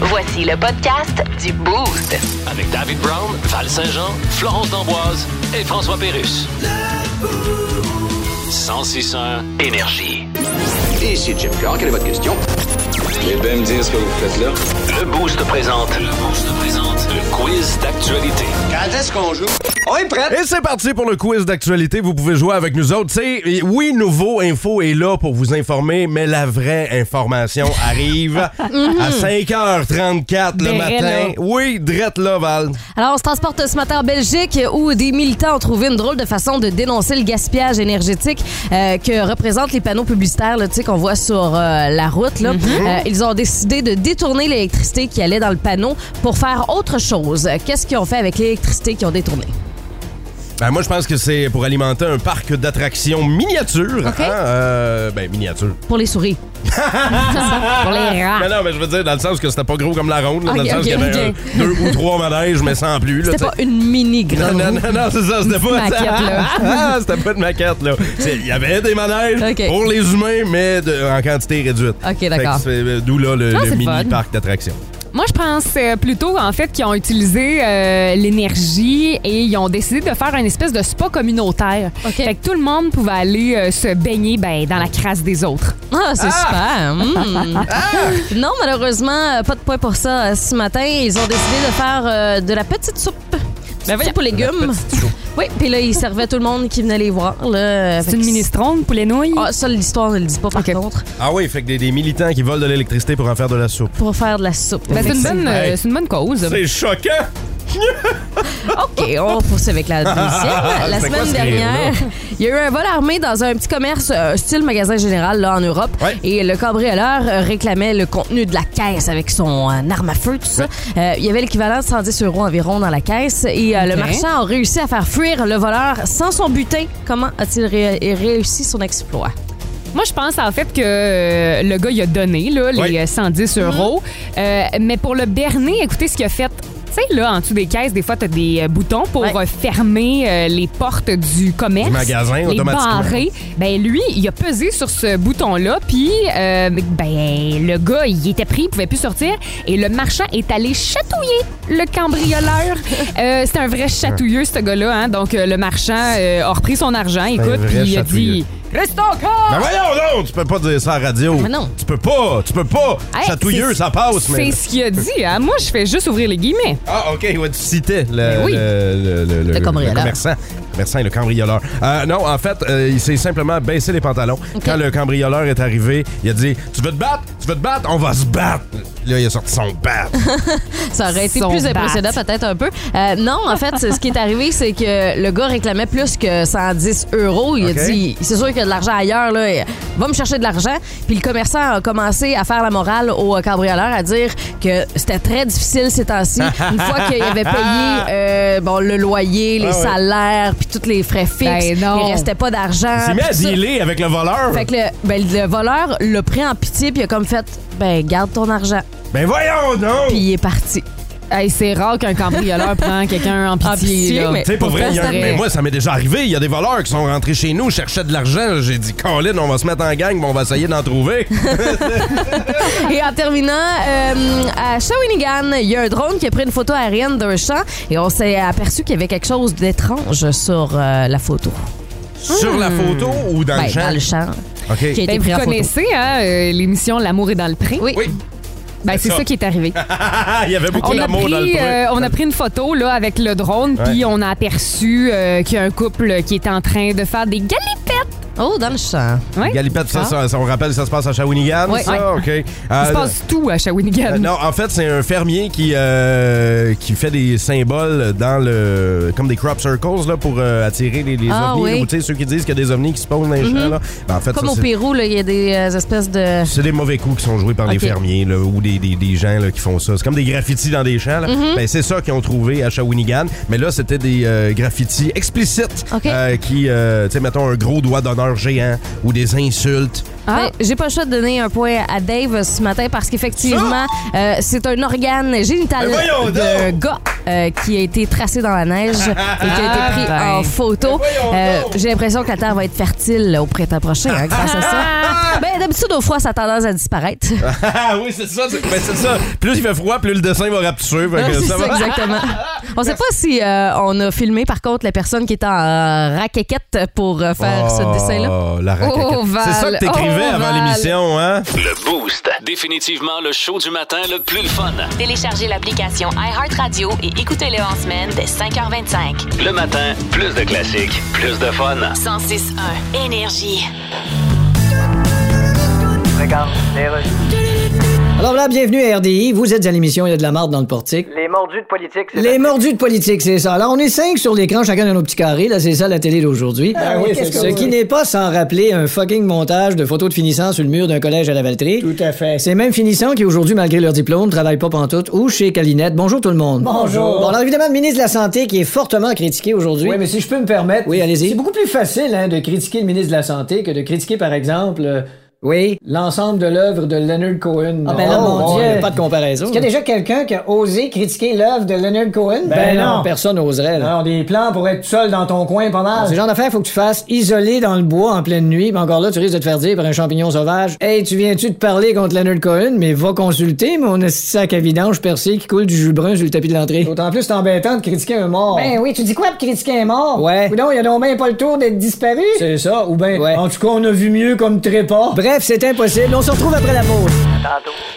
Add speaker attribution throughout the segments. Speaker 1: Voici le podcast du Boost.
Speaker 2: Avec David Brown, Val Saint-Jean, Florence D'Amboise et François Pérus. 106 énergie.
Speaker 3: Ici Jim Carr, quelle est votre question?
Speaker 4: Eh bien me dire ce que vous faites là.
Speaker 2: Le Boost présente. Le Boost présente. Le quiz d'actualité.
Speaker 3: Quand est-ce qu'on joue? On est prêt!
Speaker 5: Et c'est parti pour le quiz d'actualité. Vous pouvez jouer avec nous autres. C'est oui, nouveau info est là pour vous informer, mais la vraie information arrive à 5h34 le
Speaker 6: Drette
Speaker 5: matin.
Speaker 6: Mhm. là.
Speaker 5: Oui, drette là, Val.
Speaker 6: Alors, on se transporte ce matin en Belgique où des militants ont trouvé une drôle de façon de dénoncer le gaspillage énergétique euh, que représentent les panneaux publicitaires là, tu sais, qu'on voit sur euh, la route. Là. Euh, ils ont décidé de détourner l'électricité qui allait dans le panneau pour faire autre chose. Qu'est-ce qu'ils ont fait avec l'électricité qu'ils ont détournée?
Speaker 5: Ben, moi, je pense que c'est pour alimenter un parc d'attractions miniature.
Speaker 6: OK.
Speaker 5: hein, euh, ben, miniature.
Speaker 6: Pour les souris. pour les rats.
Speaker 7: Ah.
Speaker 5: Mais non, mais je veux dire, dans le sens que c'était pas gros comme la ronde, là,
Speaker 6: Ah.
Speaker 5: dans
Speaker 6: Ok,
Speaker 5: le sens
Speaker 6: ok,
Speaker 5: qu'il y avait
Speaker 6: ok.
Speaker 5: un- deux ou trois manèges, mais sans plus. là,
Speaker 6: C'était
Speaker 5: tu sais.
Speaker 6: pas une mini
Speaker 5: Non,
Speaker 6: grande.
Speaker 5: non, non, non, c'est ça, c'était pas
Speaker 6: maquette, là.
Speaker 5: Ah, c'était pas une maquette, là. C'est- Il y avait des manèges
Speaker 6: Ok.
Speaker 5: pour les humains, mais de- en quantité réduite.
Speaker 6: Ok,
Speaker 5: Fait que
Speaker 6: d'accord.
Speaker 5: c'est, euh, D'où là le,
Speaker 6: Ah,
Speaker 5: le
Speaker 6: c'est le fun.
Speaker 5: mini-parc d'attractions.
Speaker 7: Moi, je pense euh, plutôt, en fait, qu'ils ont utilisé euh, l'énergie et ils ont décidé de faire une espèce de spa communautaire.
Speaker 6: OK.
Speaker 7: Fait que tout le monde pouvait aller euh, se baigner ben, dans la crasse des autres.
Speaker 6: Ah, c'est super. Mm.
Speaker 7: Ah!
Speaker 6: Non, malheureusement, euh, pas de point pour ça euh, ce matin. Ils ont décidé de faire euh, de la petite soupe.
Speaker 7: Ben voyons.
Speaker 6: soupe aux légumes. Oui, puis là, ils servaient tout le monde qui venait les voir. là. Fait
Speaker 7: C'est
Speaker 6: que
Speaker 7: une minestrone, poulet nouille?
Speaker 6: Ah, ça, l'histoire ne le dit pas, par
Speaker 7: Ok.
Speaker 6: contre,
Speaker 5: Ah oui, fait que des, des militants qui volent de l'électricité pour en faire de la soupe.
Speaker 6: pour faire de la soupe.
Speaker 7: Ben, c'est une, bonne, euh,
Speaker 5: Hey.
Speaker 7: c'est une bonne cause.
Speaker 5: C'est choquant!
Speaker 6: OK, on poursuit avec la deuxième. La
Speaker 5: C'est quoi
Speaker 6: semaine
Speaker 5: ce
Speaker 6: dernière, il y a eu un vol armé dans un petit commerce euh, style magasin général là, en Europe.
Speaker 5: Ouais.
Speaker 6: Et le cambrioleur euh, réclamait le contenu de la caisse avec son euh, arme à feu, tout ça. Euh, il y avait l'équivalent de 110 euros environ dans la caisse. Et euh, le
Speaker 7: Ok.
Speaker 6: marchand a réussi à faire fuir le voleur sans son butin. Comment a-t-il ré- réussi son exploit?
Speaker 7: Moi, je pense en fait que euh, le gars, il a donné là, les
Speaker 5: Oui. Mhm.
Speaker 7: euh, 110 euros. Euh, mais pour le berner, écoutez ce qu'il a fait. Tu sais, là, en dessous des caisses, des fois, t'as des euh, boutons pour
Speaker 6: Ouais.
Speaker 7: euh, fermer euh, les portes du commerce.
Speaker 5: Du magasin,
Speaker 7: les
Speaker 5: automatiquement.
Speaker 7: barrer. Ben lui, il a pesé sur ce bouton-là, puis euh, ben le gars, il était pris, il pouvait plus sortir. Et le marchand est allé chatouiller le cambrioleur. Euh, C'est un vrai chatouilleux, ce gars-là. hein. Donc, euh, le marchand euh, a repris son argent, écoute,
Speaker 5: vrai
Speaker 7: puis il a
Speaker 5: chatouilleux.
Speaker 7: dit... Reste encore!
Speaker 5: Ben voyons donc! Tu peux pas dire ça à la radio.
Speaker 6: Ah! Mais non.
Speaker 5: Tu peux pas! Tu peux pas!
Speaker 7: Hey,
Speaker 5: Chatouilleux,
Speaker 7: c'est-
Speaker 5: ça passe, mais...
Speaker 7: C'est ce qu'il a dit, hein? Moi, je fais juste ouvrir les guillemets.
Speaker 5: Ah, OK, ouais, tu citais le,
Speaker 7: oui.
Speaker 5: le, le,
Speaker 6: cambrioleur.
Speaker 5: commerçant. Le commerçant et le cambrioleur. Euh, non, en fait, euh, il s'est simplement baissé les pantalons. Quand le cambrioleur est arrivé, il a dit Tu veux te battre Tu veux te battre On va se battre Là, il a sorti son bat.
Speaker 6: Ça aurait été
Speaker 7: Son
Speaker 6: plus
Speaker 7: bat.
Speaker 6: impressionnant peut-être un peu. Euh, non, en fait, ce qui est arrivé, c'est que le gars réclamait plus que 110 euros. Il
Speaker 5: OK.
Speaker 6: a dit, c'est sûr qu'il y a de l'argent ailleurs, là. Et, va me chercher de l'argent. Puis le commerçant a commencé à faire la morale au cambrioleur, à dire que c'était très difficile ces temps-ci. Une fois qu'il avait payé euh, bon, le loyer, les
Speaker 5: Ah ouais.
Speaker 6: salaires, puis tous les frais fixes,
Speaker 7: Ben non.
Speaker 6: il restait pas d'argent.
Speaker 5: il s'est mis à
Speaker 6: puis tout ça.
Speaker 5: dealer avec le voleur.
Speaker 6: Fait que le, ben, le voleur l'a pris en pitié, puis il a comme fait, ben garde ton argent.
Speaker 5: Ben voyons donc
Speaker 6: Puis il est parti.
Speaker 7: Hey, c'est rare qu'un cambrioleur prend quelqu'un en
Speaker 6: En pitié, mais-
Speaker 5: Tu sais, pour vrai, il y a-
Speaker 6: Pourtant,
Speaker 5: mais moi, ça m'est déjà arrivé. Il y a des voleurs qui sont rentrés chez nous, cherchaient de l'argent. J'ai dit, Colin, on va se mettre en gang, mais on va essayer d'en trouver.
Speaker 6: Et en terminant, euh, à Shawinigan, il y a un drone qui a pris une photo aérienne d'un champ et on s'est aperçu qu'il y avait quelque chose d'étrange sur euh, la photo.
Speaker 5: Sur la photo ou dans
Speaker 6: Ben,
Speaker 5: le champ?
Speaker 6: dans le champ
Speaker 5: OK.
Speaker 6: qui a été
Speaker 7: Ben,
Speaker 6: pris en
Speaker 7: vous
Speaker 6: photo.
Speaker 7: connaissez hein, euh, l'émission L'amour est dans le pré?
Speaker 6: Oui.
Speaker 5: Oui.
Speaker 7: Ben, c'est
Speaker 5: ça.
Speaker 7: ça. qui est arrivé.
Speaker 5: Ah, il y avait beaucoup
Speaker 7: on, a
Speaker 5: d'amour
Speaker 7: pris,
Speaker 5: dans le truc.
Speaker 7: euh, on a pris une photo là, avec le drone, puis on a aperçu euh, qu'il y a un couple qui est en train de faire des galipettes.
Speaker 6: Oh, dans le champ.
Speaker 7: Ouais.
Speaker 5: Galipette, ça, ça, ça, on rappelle, ça se passe à Shawinigan,
Speaker 7: Ouais.
Speaker 5: ça? OK.
Speaker 7: Il
Speaker 5: Euh,
Speaker 7: se passe tout à Shawinigan.
Speaker 5: euh, non, en fait, c'est un fermier qui, euh, qui fait des symboles dans le. comme des crop circles là, pour euh, attirer les, les
Speaker 6: Ah,
Speaker 5: ovnis.
Speaker 6: oui.
Speaker 5: là, ou tu sais, ceux qui disent qu'il y a des ovnis qui se posent dans les
Speaker 7: Mm-hmm.
Speaker 5: champs. Là. Ben, en fait,
Speaker 6: Comme
Speaker 5: ça,
Speaker 6: au
Speaker 5: c'est-
Speaker 6: Pérou, là, il y a des euh, espèces de...
Speaker 5: c'est des mauvais coups qui sont joués par les
Speaker 6: Ok.
Speaker 5: fermiers là, ou des, des- des gens là, qui font ça. C'est comme des graffitis dans des champs. là.
Speaker 7: Mm-hmm.
Speaker 5: Ben, c'est ça qu'ils ont trouvé à Shawinigan. Mais là, c'était des euh, graffitis explicites
Speaker 6: Ok.
Speaker 5: euh, qui, euh, tu sais, mettons un gros doigt d'honneur géant ou des insultes.
Speaker 6: Mais J'ai pas le choix de donner un point à Dave ce matin parce qu'effectivement, euh, c'est un organe génital
Speaker 5: Ben voyons
Speaker 6: d'un
Speaker 5: donc!
Speaker 6: gars euh, qui a été tracé dans la neige et qui a
Speaker 7: Ah,
Speaker 6: été pris
Speaker 7: ben.
Speaker 6: en photo.
Speaker 5: Ben voyons
Speaker 6: Euh,
Speaker 5: donc!
Speaker 6: J'ai l'impression que la Terre va être fertile au printemps prochain hein, grâce à ça. Ben, d'habitude, au froid, ça a tendance à disparaître.
Speaker 5: Ah oui, c'est ça. c'est- ben, c'est ça. Plus il fait froid, plus le dessin va rapetisser. fait que
Speaker 6: Ah, C'est
Speaker 5: ça
Speaker 6: ça,
Speaker 5: va.
Speaker 6: exactement. On sait pas si euh, on a filmé, par contre, la personne qui est en euh, raquette pour euh, faire ce dessin-là.
Speaker 5: Oh, la raquette.
Speaker 6: Oh, Val.
Speaker 5: C'est ça que t'écrivais
Speaker 6: Oh,
Speaker 5: avant
Speaker 6: Val.
Speaker 5: l'émission, hein?
Speaker 2: Le Boost. Définitivement le show du matin le plus le fun.
Speaker 1: Téléchargez l'application iHeartRadio et écoutez-le en semaine dès 5h25.
Speaker 2: Le matin, plus de classiques, plus de fun.
Speaker 1: 106.1 Énergie.
Speaker 8: Alors là, bienvenue à RDI. Vous êtes à l'émission Il y a de la marde dans le portique. Les mordus de politique, c'est Les mordus de politique, c'est ça. Alors, on est cinq sur l'écran, chacun dans nos petits carrés. Là, c'est ça la télé d'aujourd'hui.
Speaker 9: Ah oui, c'est
Speaker 8: Ce
Speaker 9: ça,
Speaker 8: qui
Speaker 9: oui.
Speaker 8: n'est pas sans rappeler un fucking montage de photos de finissants sur le mur d'un collège à la Valtrie.
Speaker 9: Tout à fait.
Speaker 8: Ces mêmes finissants qui, aujourd'hui, malgré leur diplôme, travaillent pas pantoute ou chez Calinette. Bonjour tout le monde.
Speaker 9: Bonjour.
Speaker 8: Bon, alors évidemment, le ministre de la Santé qui est fortement critiqué aujourd'hui.
Speaker 9: Oui, mais si je peux me permettre.
Speaker 8: Oui, allez-y.
Speaker 9: C'est beaucoup plus facile hein, de critiquer le ministre de la Santé que de critiquer, par exemple, euh,
Speaker 8: Oui.
Speaker 9: l'ensemble de l'œuvre de Leonard Cohen.
Speaker 8: Ah ben là,
Speaker 9: Oh,
Speaker 8: mon
Speaker 9: oh,
Speaker 8: Dieu,
Speaker 9: y a
Speaker 8: pas de comparaison.
Speaker 9: Est-ce qu'il y a déjà quelqu'un qui a osé critiquer l'œuvre de Leonard Cohen?
Speaker 8: Ben non, personne n'oserait. là.
Speaker 9: Alors, des plans pour être seul dans ton coin, pas mal.
Speaker 8: Ce genre d'affaires, faut que tu fasses isolé dans le bois en pleine nuit. Mais encore là, tu risques de te faire dire par un champignon sauvage Hey, tu viens-tu de parler contre Leonard Cohen, mais va consulter mon esti de sac à vidange percé qui coule du jus brun sur le tapis de l'entrée.
Speaker 9: D'autant plus, c'est embêtant de critiquer un mort. Ben oui, tu dis quoi de critiquer un mort?
Speaker 8: Ouais.
Speaker 9: Ou non, il a donc bien pas le tour d'être disparu. C'est ça, ou ben,
Speaker 8: Ouais.
Speaker 9: en tout cas, on a vu mieux comme trépas.
Speaker 8: Bref, c'est impossible. On se retrouve après la pause.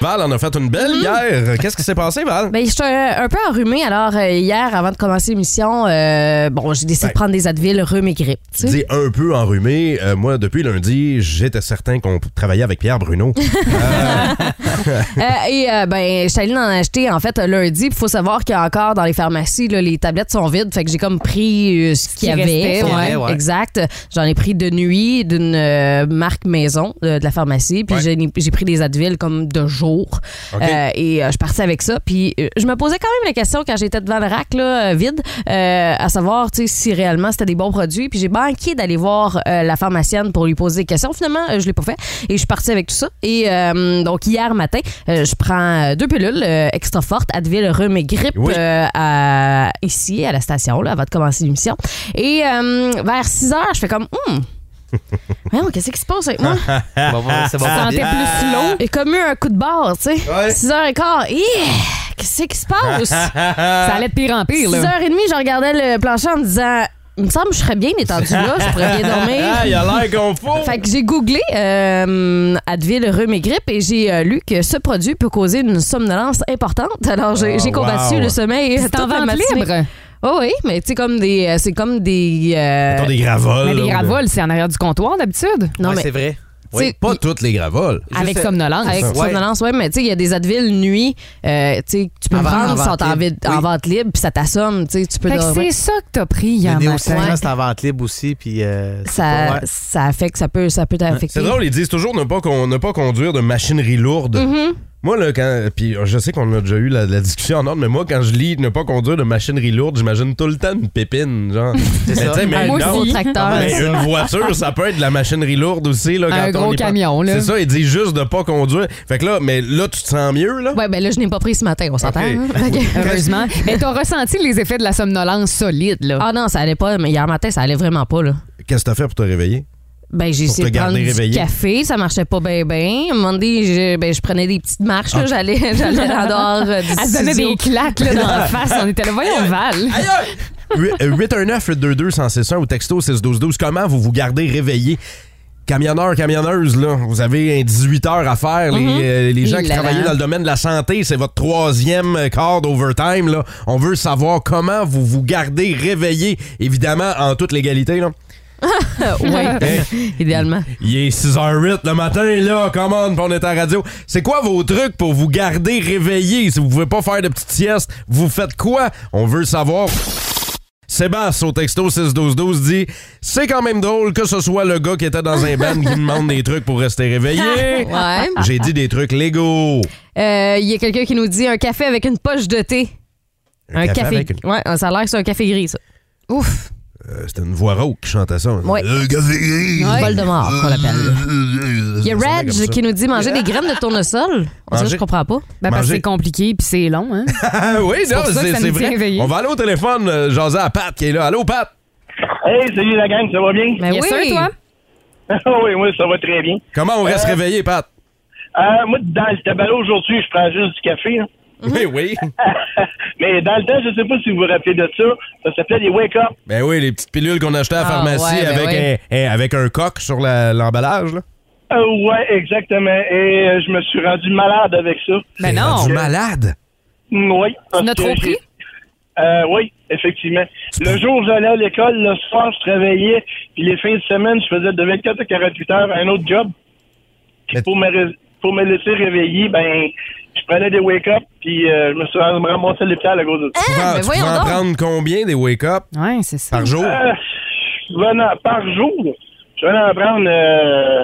Speaker 5: Val en a fait une belle
Speaker 6: Mm-hmm.
Speaker 5: hier. Qu'est-ce qui s'est passé, Val?
Speaker 6: Ben, j'étais un, un peu enrhumée. Alors, euh, hier, avant de commencer l'émission, euh, bon, j'ai décidé
Speaker 5: Ben.
Speaker 6: de prendre des Advil, rhume et grippe. tu sais.
Speaker 5: Tu dis un peu enrhumé. Euh, moi, depuis lundi, j'étais certain qu'on travaillait avec Pierre Bruno.
Speaker 6: Euh, et euh, ben, je suis allée en acheter en fait lundi. Il faut savoir qu'il y a encore dans les pharmacies, là, les tablettes sont vides. Fait que j'ai comme pris euh, ce qu'il y
Speaker 7: qui
Speaker 6: avait.
Speaker 7: restait,
Speaker 8: ouais,
Speaker 6: Ouais,
Speaker 8: ouais.
Speaker 6: Exact. J'en ai pris de nuit d'une euh, marque maison euh, de la pharmacie. Puis
Speaker 5: Ouais.
Speaker 6: j'ai- j'ai pris des Advil comme de jour.
Speaker 5: OK.
Speaker 6: Euh, et euh, je partais avec ça. Puis euh, je me posais quand même la question quand j'étais devant le rack là, euh, vide, euh, à savoir tu sais, si réellement c'était des bons produits. Puis j'ai banqué d'aller voir euh, la pharmacienne pour lui poser des questions. Finalement, euh, je l'ai pas fait. Et je suis partie avec tout ça. Et euh, donc hier matin, euh, je prends euh, deux pilules euh, extra fortes, Advil, rhume et grippe
Speaker 5: Oui.
Speaker 6: euh, à- ici à la station là, avant de commencer l'émission. Et euh, vers 6 heures, je fais comme hum. Voyons, qu'est-ce qui se passe avec moi?
Speaker 5: Ah,
Speaker 7: sentais plus l'eau.
Speaker 6: Et comme eu un coup de barre, tu sais.
Speaker 5: Ouais. Ah,
Speaker 6: 6h15. Ih, Qu'est-ce qui se passe?
Speaker 7: Ça allait de pire en pire, là.
Speaker 6: 6h30, je regardais le plancher en me disant Il me semble que je serais bien étendue là, je pourrais bien
Speaker 5: Ah, il
Speaker 6: dormir.
Speaker 5: a l'air qu'on fout.
Speaker 6: Fait que j'ai googlé euh, Advil rhume et grippe et j'ai euh, lu que ce produit peut causer une somnolence importante. Alors j'ai
Speaker 5: Ah,
Speaker 6: j'ai combattu
Speaker 5: wow.
Speaker 6: le sommeil
Speaker 7: C'est en
Speaker 6: toute la
Speaker 7: vente
Speaker 6: matinée.
Speaker 7: libre.
Speaker 6: Oh oui, mais tu sais comme des euh, c'est comme des euh,
Speaker 5: Mettons des gravoles.
Speaker 7: Mais
Speaker 5: là,
Speaker 7: les
Speaker 5: ou de-
Speaker 7: gravoles, c'est en arrière du comptoir d'habitude.
Speaker 6: non mais
Speaker 10: c'est vrai.
Speaker 6: tu sais,
Speaker 5: Pas toutes les gravoles.
Speaker 7: Avec somnolence.
Speaker 6: Avec
Speaker 10: Ouais.
Speaker 6: somnolence, oui, mais tu sais, il y a des Advil nuit, euh, tu sais, que tu peux
Speaker 10: En vente-
Speaker 6: prendre
Speaker 10: en
Speaker 6: sans
Speaker 10: vente
Speaker 6: t'en
Speaker 10: libre.
Speaker 6: vi- en
Speaker 10: Oui.
Speaker 6: vente libre, puis ça t'assomme, tu sais, tu peux
Speaker 7: Fait que
Speaker 6: dormir.
Speaker 7: c'est ça que t'as pris
Speaker 10: Le
Speaker 7: hier matin.
Speaker 10: néo-stimulant, c'est en vente libre aussi. Puis, euh, c'est
Speaker 6: ça,
Speaker 10: pas- ouais.
Speaker 6: ça affecte, ça peut, ça peut t'affecter.
Speaker 5: C'est drôle, ils disent toujours ne pas, con- ne pas conduire de machinerie lourde. Moi, là, quand. Puis je sais qu'on a déjà eu la, la discussion en ordre, mais moi, quand je lis ne pas conduire de machinerie lourde, j'imagine tout le temps une pépine, genre.
Speaker 10: C'est
Speaker 5: Mais
Speaker 10: ça.
Speaker 5: tu sais,
Speaker 7: Ah,
Speaker 5: mais
Speaker 6: Un
Speaker 5: non.
Speaker 6: gros tracteur.
Speaker 5: Mais une voiture, ça peut être de la machinerie lourde aussi. Là,
Speaker 7: Un
Speaker 5: quand on
Speaker 7: gros
Speaker 5: y pense.
Speaker 7: camion, là.
Speaker 5: C'est ça, il dit juste de pas conduire. Fait que là, mais là, tu te sens mieux, là?
Speaker 6: Ouais, ben là, je n'ai pas pris ce matin, on s'entend.
Speaker 5: Ok.
Speaker 6: hein? Fait que-
Speaker 7: Heureusement. Mais t'as ressenti les effets de la somnolence solide, là.
Speaker 6: Ah non, ça allait pas, mais hier matin, ça allait vraiment pas, là.
Speaker 5: Qu'est-ce que t'as fait pour te réveiller?
Speaker 6: Ben, j'ai
Speaker 5: Pour
Speaker 6: essayé
Speaker 5: te
Speaker 6: de prendre
Speaker 5: garder réveillé.
Speaker 6: du café, ça marchait pas bien, bien. Un moment donné, je, ben, je prenais des petites marches,
Speaker 5: Ah.
Speaker 6: là, j'allais, j'allais en dehors euh, du
Speaker 7: Elle se donnait
Speaker 6: studio.
Speaker 7: des claques là, dans la face. On était là, voyons, Val.
Speaker 5: euh, 819-822-1061 ou texto 612-12. Comment vous vous gardez réveillé? Camionneurs, camionneuses, là, vous avez un 18 heures à faire. Les, euh, les gens
Speaker 6: Il
Speaker 5: qui
Speaker 6: l'a
Speaker 5: travaillent
Speaker 6: Mm-hmm. là.
Speaker 5: dans le domaine de la santé, c'est votre troisième euh, quart d'overtime. Là. On veut savoir comment vous vous gardez réveillé, évidemment, en toute légalité. Là.
Speaker 6: Ouais, idéalement.
Speaker 5: Il est 6h08 le matin, là, commande, on est à la radio. C'est quoi vos trucs pour vous garder réveillé? Si vous pouvez pas faire de petites siestes, vous faites quoi? On veut le savoir. Sébastien au texto 61212 dit C'est quand même drôle que ce soit le gars qui était dans un band qui demande des trucs pour rester réveillé.
Speaker 6: Ouais.
Speaker 5: J'ai dit des trucs légaux.
Speaker 6: Euh, Il y a quelqu'un qui nous dit un café avec une poche de thé. Un, café.
Speaker 5: avec une-
Speaker 6: Ouais, ça a l'air que c'est un café gris, ça. Ouf.
Speaker 5: Euh, C'était une voix rauque qui chantait ça.
Speaker 6: Ouais.
Speaker 5: Euh, café. Euh,
Speaker 6: Un bol de mort, qu'on l'appelle. Il y a
Speaker 5: Ça sonnait comme
Speaker 6: Reg
Speaker 5: ça.
Speaker 6: qui nous dit manger des graines de tournesol. On dirait que
Speaker 5: Manger-
Speaker 6: je comprends pas.
Speaker 7: Ben, parce
Speaker 5: Manger.
Speaker 7: que c'est compliqué puis c'est long, hein.
Speaker 5: Ah oui, non,
Speaker 7: pour ça que
Speaker 5: c'est
Speaker 7: ça
Speaker 5: c'est
Speaker 7: nous tient
Speaker 5: vrai.
Speaker 7: éveillés.
Speaker 5: On va aller au téléphone, euh, jaser à Pat qui est là. Allô, Pat?
Speaker 11: Hey, salut la gang, ça va bien?
Speaker 6: Mais
Speaker 7: Yes,
Speaker 6: Ben oui.
Speaker 7: sir, toi?
Speaker 11: oui, oui, ça va très bien.
Speaker 5: Comment on reste réveillé, Pat?
Speaker 11: Euh, moi, dans le tabac aujourd'hui, je prends juste du café. hein.
Speaker 5: Oui, oui.
Speaker 11: Mais dans le temps, je sais pas si vous vous rappelez de ça, ça s'appelait les wake-up.
Speaker 5: Ben oui, les petites pilules qu'on achetait à la
Speaker 11: Ah,
Speaker 5: pharmacie
Speaker 11: ouais, ben
Speaker 5: avec,
Speaker 11: ouais.
Speaker 5: un, un- avec un coq sur la- l'emballage. là.
Speaker 11: Euh, ouais, exactement. Et euh, je me suis rendu malade avec ça.
Speaker 5: Ben T'es non. rendu malade?
Speaker 11: Mm, Oui. parce
Speaker 7: n'as
Speaker 11: que
Speaker 7: trop
Speaker 11: j'ai-
Speaker 7: pris?
Speaker 11: Euh, oui, effectivement. Le jour où j'allais à l'école, le soir, je travaillais, puis les fins de semaine, je faisais de 24 à 48 heures un autre job. Puis Pour, me, ré- pour me laisser réveiller, ben, je prenais des wake-up, puis euh, je me suis ramassé à l'hôpital à cause
Speaker 4: Eh,
Speaker 11: de ça.
Speaker 5: tu vas, tu vas en prendre combien des wake-up par jour?
Speaker 4: Ah,
Speaker 11: Euh, je vais en- par jour, je vais en prendre euh,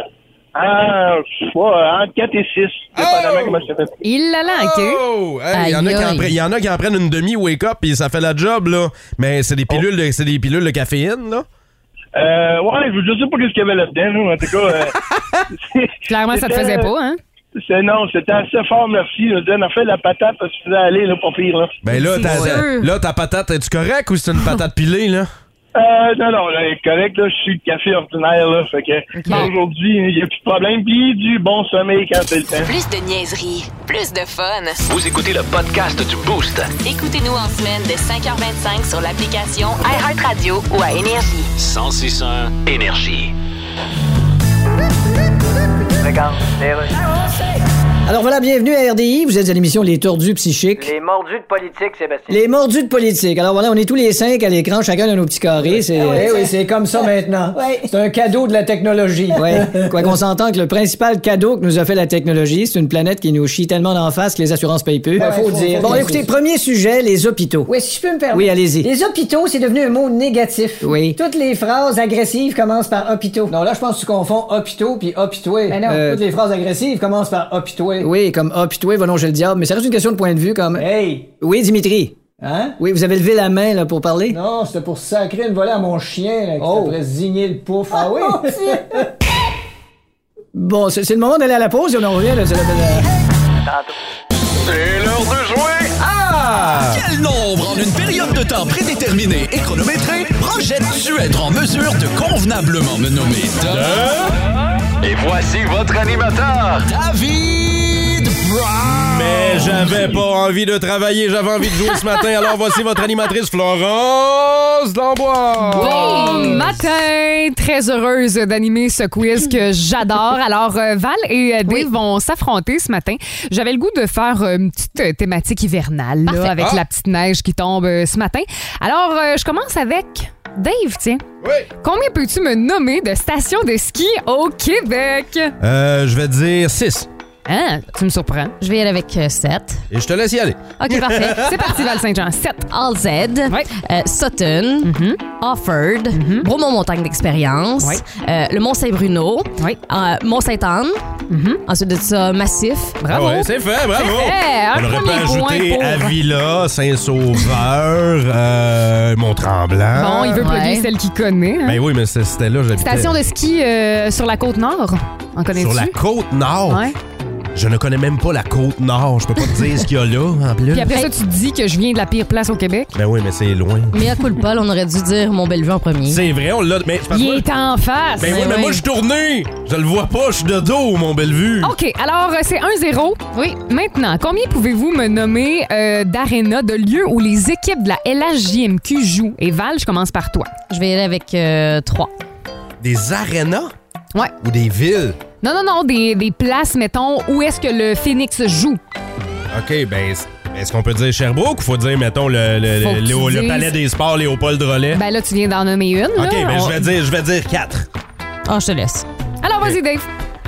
Speaker 11: en- je sais pas, entre 4 et 6, dépendamment
Speaker 7: Oh!
Speaker 11: comment je fais.
Speaker 7: Il l'a lanqué.
Speaker 5: Oh! Hey, Il y en a qui en pre- il y, en a qui en prennent une demi wake-up et ça fait la job, là. Mais c'est des pilules de, c'est des pilules de caféine, là.
Speaker 11: Euh, ouais, je je sais pas qu'est-ce qu'il y avait là-dedans, là, en tout cas. euh,
Speaker 7: Clairement, ça te faisait
Speaker 11: c'était-
Speaker 7: pas, hein?
Speaker 11: C'est non, c'était assez fort, merci. Je disais, on a fait la patate parce que je faisais aller, là, pour pire, là.
Speaker 5: Ben là, ta, là, ta patate, es-tu correct ou c'est une patate pilée, là?
Speaker 11: Euh, non, non, là, correct, là, je suis de café ordinaire, là. Fait que, aujourd'hui, il n'y a plus de problème. Puis du bon sommeil quand c'est le
Speaker 4: Hein?
Speaker 11: temps.
Speaker 1: Plus de niaiserie, plus de fun.
Speaker 2: Vous écoutez le podcast du Boost.
Speaker 1: Écoutez-nous en semaine de 5h25 sur l'application iHeartRadio ou à Énergie.
Speaker 2: 1061 Énergie.
Speaker 8: Alors voilà, bienvenue à RDI. Vous êtes à l'émission Les Tordus Psychiques.
Speaker 12: Les mordus de politique, Sébastien.
Speaker 8: Les mordus de politique. Alors voilà, on est tous les cinq à l'écran, chacun de nos petits carrés. C'est...
Speaker 12: Ah ouais,
Speaker 8: Eh oui,
Speaker 12: c'est-
Speaker 8: c'est comme ça maintenant. C'est un cadeau de la technologie. Ouais. Quoi qu'on s'entend que le principal cadeau que nous a fait la technologie, c'est une planète qui nous chie tellement d'en face que les assurances payent peu.
Speaker 12: Ouais, faut dire.
Speaker 8: Bon, écoutez, premier sujet, les hôpitaux.
Speaker 12: Oui, si je peux me permettre.
Speaker 8: Oui, allez-y.
Speaker 12: Les hôpitaux, c'est devenu un mot négatif.
Speaker 8: Oui.
Speaker 12: Toutes les phrases agressives commencent par hôpitaux. Non, là, je pense que tu confonds hôpitaux puis hôpitoué. Ben non.
Speaker 8: Euh,
Speaker 12: Toutes les phrases agressives commencent par hôpitoué.
Speaker 8: Oui, comme ah, puis toi, volons chez le diable, mais ça reste une question de point de vue comme. Hey! Oui, Dimitri.
Speaker 12: Hein?
Speaker 8: Oui, vous avez levé la main là, pour parler? Oh!
Speaker 12: Non, c'était pour sacrer une volée à mon chien, là, qui s'appelait zigner le pouf. Ah oui?
Speaker 8: Bon, c'est, c'est le moment d'aller à la pause et on en revient là. C'est la
Speaker 2: C'est l'heure de jouer!
Speaker 5: Ah!
Speaker 13: Quel nombre en une période de temps prédéterminée et chronométrée projettes-tu être en mesure de convenablement me nommer Tom? Et voici votre animateur, David Brown.
Speaker 5: Mais j'avais pas envie de travailler, j'avais envie de jouer ce matin. Alors voici votre animatrice Florence D'Amboise.
Speaker 7: Bon matin! Très heureuse d'animer ce quiz que j'adore. Alors, euh, Val et euh, Dave vont s'affronter ce matin. J'avais le goût de faire euh, une petite euh, thématique hivernale là,
Speaker 14: Parfait.
Speaker 7: avec
Speaker 14: Ah.
Speaker 7: la petite neige qui tombe euh, ce matin. Alors, euh, je commence avec Dave, tiens. Combien peux-tu me nommer de stations de ski au Québec?
Speaker 5: Euh, je vais te dire 6.
Speaker 7: Hein? Tu me surprends.
Speaker 6: Je vais y aller avec euh, 7.
Speaker 5: Et je te laisse y aller.
Speaker 7: OK, parfait. C'est parti, Val Saint-Jean. 7.
Speaker 6: All Z, euh, Sutton, Offord, Bromont-Montagne d'expérience,
Speaker 7: Ouais.
Speaker 6: euh, le Mont-Saint-Bruno, euh, Mont-Saint-Anne, ensuite de ça, Massif.
Speaker 5: Ah ouais, c'est fait, bravo.
Speaker 6: C'est
Speaker 7: Eh,
Speaker 6: fait, un
Speaker 5: On aurait pu
Speaker 6: premier point
Speaker 5: ajouter
Speaker 6: pour-
Speaker 5: Avila, Saint-Sauveur, euh, Mont-Tremblant.
Speaker 7: Bon, il veut plugger
Speaker 5: Ouais.
Speaker 7: celle qu'il connaît. hein.
Speaker 5: Ben oui, mais c'est- c'était là, que j'habitais.
Speaker 7: Station de ski euh, sur la côte nord. En connais-tu?
Speaker 5: Sur la côte nord.
Speaker 7: Ouais.
Speaker 5: Je ne connais même pas la côte nord. Je peux pas te dire ce qu'il y a là, en plus.
Speaker 7: Puis après ça, tu te dis que je viens de la pire place au Québec.
Speaker 5: Ben oui, mais c'est loin.
Speaker 6: Mais à coup de bol, on aurait dû dire Mont-Bellevue en premier.
Speaker 5: C'est vrai, on l'a. Mais c'est parce
Speaker 7: Il
Speaker 5: que moi-
Speaker 7: est en face.
Speaker 5: Ben oui, mais moi, je suis tourné. Je le vois pas, je suis de dos, mon Bellevue.
Speaker 7: OK, alors euh, c'est 1-0. Oui. Maintenant, combien pouvez-vous me nommer euh, d'arénas, de lieux où les équipes de la LHJMQ jouent? Et Val, je commence par toi.
Speaker 6: Je vais y aller avec euh, 3.
Speaker 5: Des arénas?
Speaker 7: Ouais.
Speaker 5: Ou des villes?
Speaker 7: Non, non, non, des, des places, mettons, où est-ce que le Phoenix joue?
Speaker 5: OK, ben, c- est-ce qu'on peut dire Sherbrooke ou faut dire, mettons, le, le,
Speaker 7: Faut
Speaker 5: le-
Speaker 7: que
Speaker 5: le-
Speaker 7: tu
Speaker 5: le
Speaker 7: dises.
Speaker 5: palais des sports Léopold Rollet?
Speaker 7: Ben là, tu viens d'en nommer une.
Speaker 5: OK,
Speaker 7: là.
Speaker 5: ben,
Speaker 7: On-
Speaker 5: je vais dire, je vais dire 4.
Speaker 6: Ah, je te laisse.
Speaker 7: Alors, vas-y, Dave.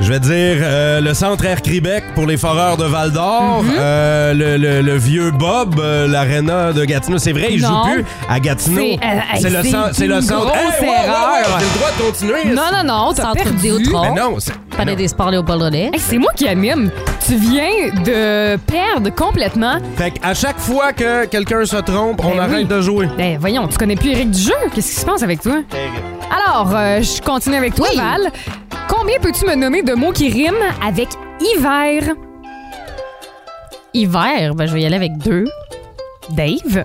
Speaker 5: Je vais dire euh, le centre Air Québec pour les foreurs de Val d'Or,
Speaker 7: Mhm.
Speaker 5: euh, le, le- le vieux Bob, euh, l'aréna de Gatineau. C'est vrai, il
Speaker 7: Non.
Speaker 5: joue plus à Gatineau.
Speaker 7: C'est, euh, hey,
Speaker 5: le,
Speaker 7: c'est
Speaker 5: cen- c'est le
Speaker 7: une
Speaker 5: centre.
Speaker 7: grosse
Speaker 5: Hey, ouais, ouais, ouais,
Speaker 7: erreur.
Speaker 5: J'ai le droit de continuer.
Speaker 7: Non, Ben non, non, t'as
Speaker 6: Centre
Speaker 7: perdu.
Speaker 6: Vidéotron.
Speaker 5: Mais non, c'est-
Speaker 6: Palais des Sports Léopold Rollet.
Speaker 7: Hey, c'est moi qui anime. Tu viens de perdre complètement.
Speaker 5: Fait qu'à chaque fois que quelqu'un se trompe, on arrête de jouer.
Speaker 7: Ben voyons, tu connais plus Eric Dijeux. Qu'est-ce qui se passe avec toi? Alors, euh, je continue avec toi, Val. Combien peux-tu me nommer de mots qui riment avec hiver?
Speaker 6: Hiver, ben, je vais y aller avec 2.
Speaker 7: Dave?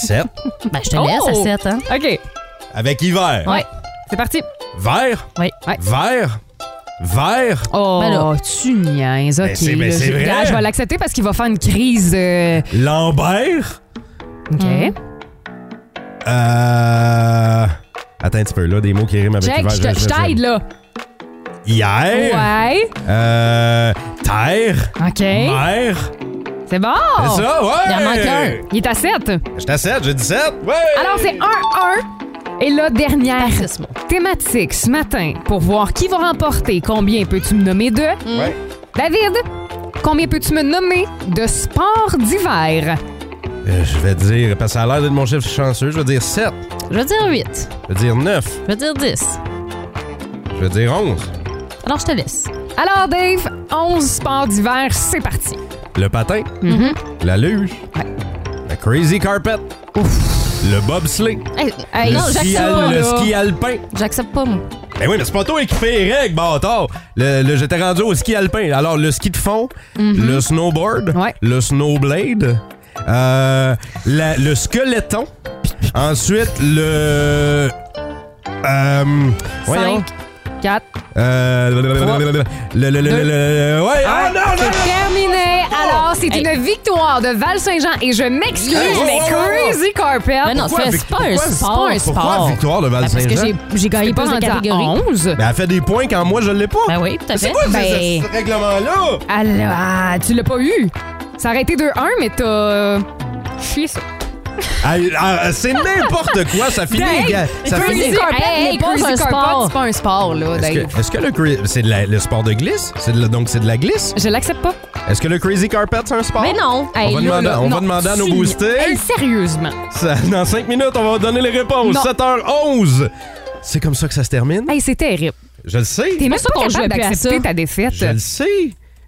Speaker 5: 7.
Speaker 6: Ben, je te laisse
Speaker 7: Oh!
Speaker 6: à 7, hein?
Speaker 7: OK.
Speaker 5: Avec hiver.
Speaker 7: Ouais. C'est parti.
Speaker 5: Vert.
Speaker 6: Oui.
Speaker 5: Vert. Vert.
Speaker 7: Oh, tu niaises. OK.
Speaker 5: Ben, c'est- ben,
Speaker 7: là,
Speaker 5: c'est
Speaker 7: je-
Speaker 5: vrai.
Speaker 7: Ah, je vais l'accepter parce qu'il va faire une crise. euh,
Speaker 5: Lambert.
Speaker 7: OK.
Speaker 5: Ben, Euh... Attends un petit peu, là, des mots qui riment avec
Speaker 7: Jack,
Speaker 5: hiver,
Speaker 7: je te-
Speaker 5: je- je-
Speaker 7: je t'aide, là.
Speaker 5: Hier.
Speaker 7: Ouais.
Speaker 5: Euh... Terre.
Speaker 7: OK.
Speaker 5: Mer.
Speaker 7: C'est bon.
Speaker 5: C'est ça, ouais.
Speaker 7: Oh. Il en manque un. Il est à 7.
Speaker 5: J'étais à 7, j'ai 17. Ouais.
Speaker 7: Alors, c'est 1-1. Et la dernière thématique ce matin pour voir qui va remporter. Combien peux-tu me nommer de?
Speaker 5: Ouais.
Speaker 7: David, combien peux-tu me nommer de sports d'hiver?
Speaker 5: Euh, je vais dire, parce que ça a l'air d'être mon chiffre chanceux, je vais dire 7.
Speaker 6: Je vais dire 8.
Speaker 5: Je vais dire 9.
Speaker 6: Je vais dire 10.
Speaker 5: Je vais dire 11.
Speaker 6: Alors, je te laisse.
Speaker 7: Alors, Dave, 11 sports d'hiver, c'est parti.
Speaker 5: Le patin.
Speaker 7: Mhm.
Speaker 5: La luge. La crazy carpet. Le bobsleigh.
Speaker 6: Hey, hey,
Speaker 5: le,
Speaker 6: non,
Speaker 5: ski
Speaker 6: j'accepte
Speaker 5: al-
Speaker 6: pas,
Speaker 5: le
Speaker 6: là.
Speaker 5: ski alpin.
Speaker 6: J'accepte pas, moi.
Speaker 5: Ben oui, mais c'est pas toi qui fais les règles, bâtard. Le, le- J'étais rendu au ski alpin. Alors, le ski de fond,
Speaker 6: Mhm.
Speaker 5: le snowboard, le snowblade, euh, la- le skeleton, ensuite le... Euh, voyons.
Speaker 7: 5, 4.
Speaker 5: Euh, le,
Speaker 7: Trois.
Speaker 5: le, le- le- le- le- ouais, ah, non, non, non.
Speaker 7: C'est terminé. Alors, c'est une victoire de Val Saint-Jean et je m'excuse,
Speaker 5: Hey, wow,
Speaker 7: mais
Speaker 5: wow, wow.
Speaker 7: Crazy Carpet.
Speaker 6: Mais non,
Speaker 5: Pourquoi
Speaker 6: c'est
Speaker 5: vic-
Speaker 6: pas un
Speaker 5: pourquoi-
Speaker 6: sport.
Speaker 5: pourquoi victoire de Val
Speaker 6: Ben, Parce que
Speaker 5: Saint-Jean?
Speaker 6: j'ai- j'ai gagné
Speaker 7: T'es pas
Speaker 6: plus de
Speaker 7: rendu à
Speaker 6: catégories.
Speaker 7: 11.
Speaker 5: Ben, elle fait des points quand moi je l'ai pas.
Speaker 6: Ben oui, tout à
Speaker 5: C'est
Speaker 6: fait.
Speaker 5: quoi ce-
Speaker 7: Ben-
Speaker 5: ce, ce règlement-là?
Speaker 7: Alors, ah, tu l'as pas eu. Ça aurait été 2-1, mais t'as euh, chié ça.
Speaker 5: Ah, ah, C'est n'importe quoi, ça finit.
Speaker 6: Ben,
Speaker 7: Dave,
Speaker 5: gars, ça
Speaker 7: Crazy
Speaker 5: finit.
Speaker 7: Carpet
Speaker 6: Hey,
Speaker 7: n'est pas
Speaker 6: Crazy
Speaker 7: un
Speaker 6: Carpet,
Speaker 7: sport.
Speaker 6: c'est
Speaker 7: pas un sport, là,
Speaker 5: Est-ce
Speaker 6: hein.
Speaker 5: que, est-ce que le cra- c'est de la- le sport de glisse C'est de la- donc c'est de la glisse
Speaker 7: Je l'accepte pas.
Speaker 5: Est-ce que le crazy carpet c'est un sport
Speaker 6: Mais non.
Speaker 5: On va demander- on va demander à nos
Speaker 7: tu-
Speaker 5: boostés.
Speaker 7: Hey, sérieusement.
Speaker 5: Ça- dans 5 minutes, on va donner les réponses.
Speaker 7: Non.
Speaker 5: 7h11. C'est comme ça que ça se termine
Speaker 7: Hey, c'est terrible.
Speaker 5: Je le sais.
Speaker 7: T'es même pas capable
Speaker 6: jouait plus à
Speaker 7: d'accepter
Speaker 6: ça.
Speaker 7: ta défaite.
Speaker 5: Je le sais.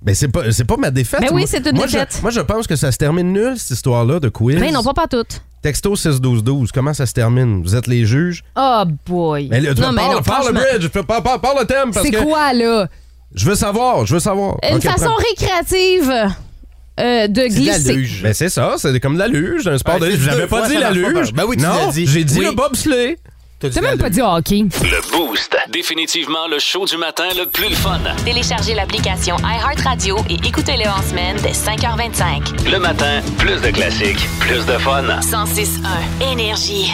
Speaker 5: Mais c'est pas c'est pas ma défaite.
Speaker 6: Ben oui,
Speaker 5: Moi-
Speaker 6: c'est une
Speaker 5: moi, je-
Speaker 6: défaite.
Speaker 5: moi je pense que ça se termine nul cette histoire là de quiz.
Speaker 6: Ben non, pas pas toutes.
Speaker 5: Texto 6 12 12. Comment ça se termine Vous êtes les juges
Speaker 7: Oh boy.
Speaker 5: Mais là, tu
Speaker 6: Ah, ben, Non, mais
Speaker 5: parle,
Speaker 6: non,
Speaker 5: parle
Speaker 6: franchement.
Speaker 5: le bridge, parle, parle- parle le thème parce
Speaker 7: C'est
Speaker 5: que
Speaker 7: quoi, là?
Speaker 5: je veux savoir, je veux savoir.
Speaker 6: Une
Speaker 5: Ok,
Speaker 6: façon
Speaker 5: prends-
Speaker 6: récréative euh, de glisser.
Speaker 5: Ben c'est ça, c'est comme la luge, c'est un sport
Speaker 10: Ouais,
Speaker 5: de
Speaker 10: c'est
Speaker 5: luge. J'avais
Speaker 10: deux
Speaker 5: pas
Speaker 10: fois,
Speaker 5: dit
Speaker 10: ça
Speaker 5: la
Speaker 10: marche pas,
Speaker 5: luge.
Speaker 10: ben oui, tu
Speaker 5: non,
Speaker 10: l'as dit.
Speaker 5: j'ai dit
Speaker 10: Oui.
Speaker 5: le bobsleigh.
Speaker 7: T'as même pas dit hockey.
Speaker 2: Le Boost. Définitivement le show du matin le plus le fun.
Speaker 1: Téléchargez l'application iHeartRadio et écoutez-le en semaine dès 5h25.
Speaker 2: Le matin, plus de classiques, plus de fun.
Speaker 1: 106.1 Énergie.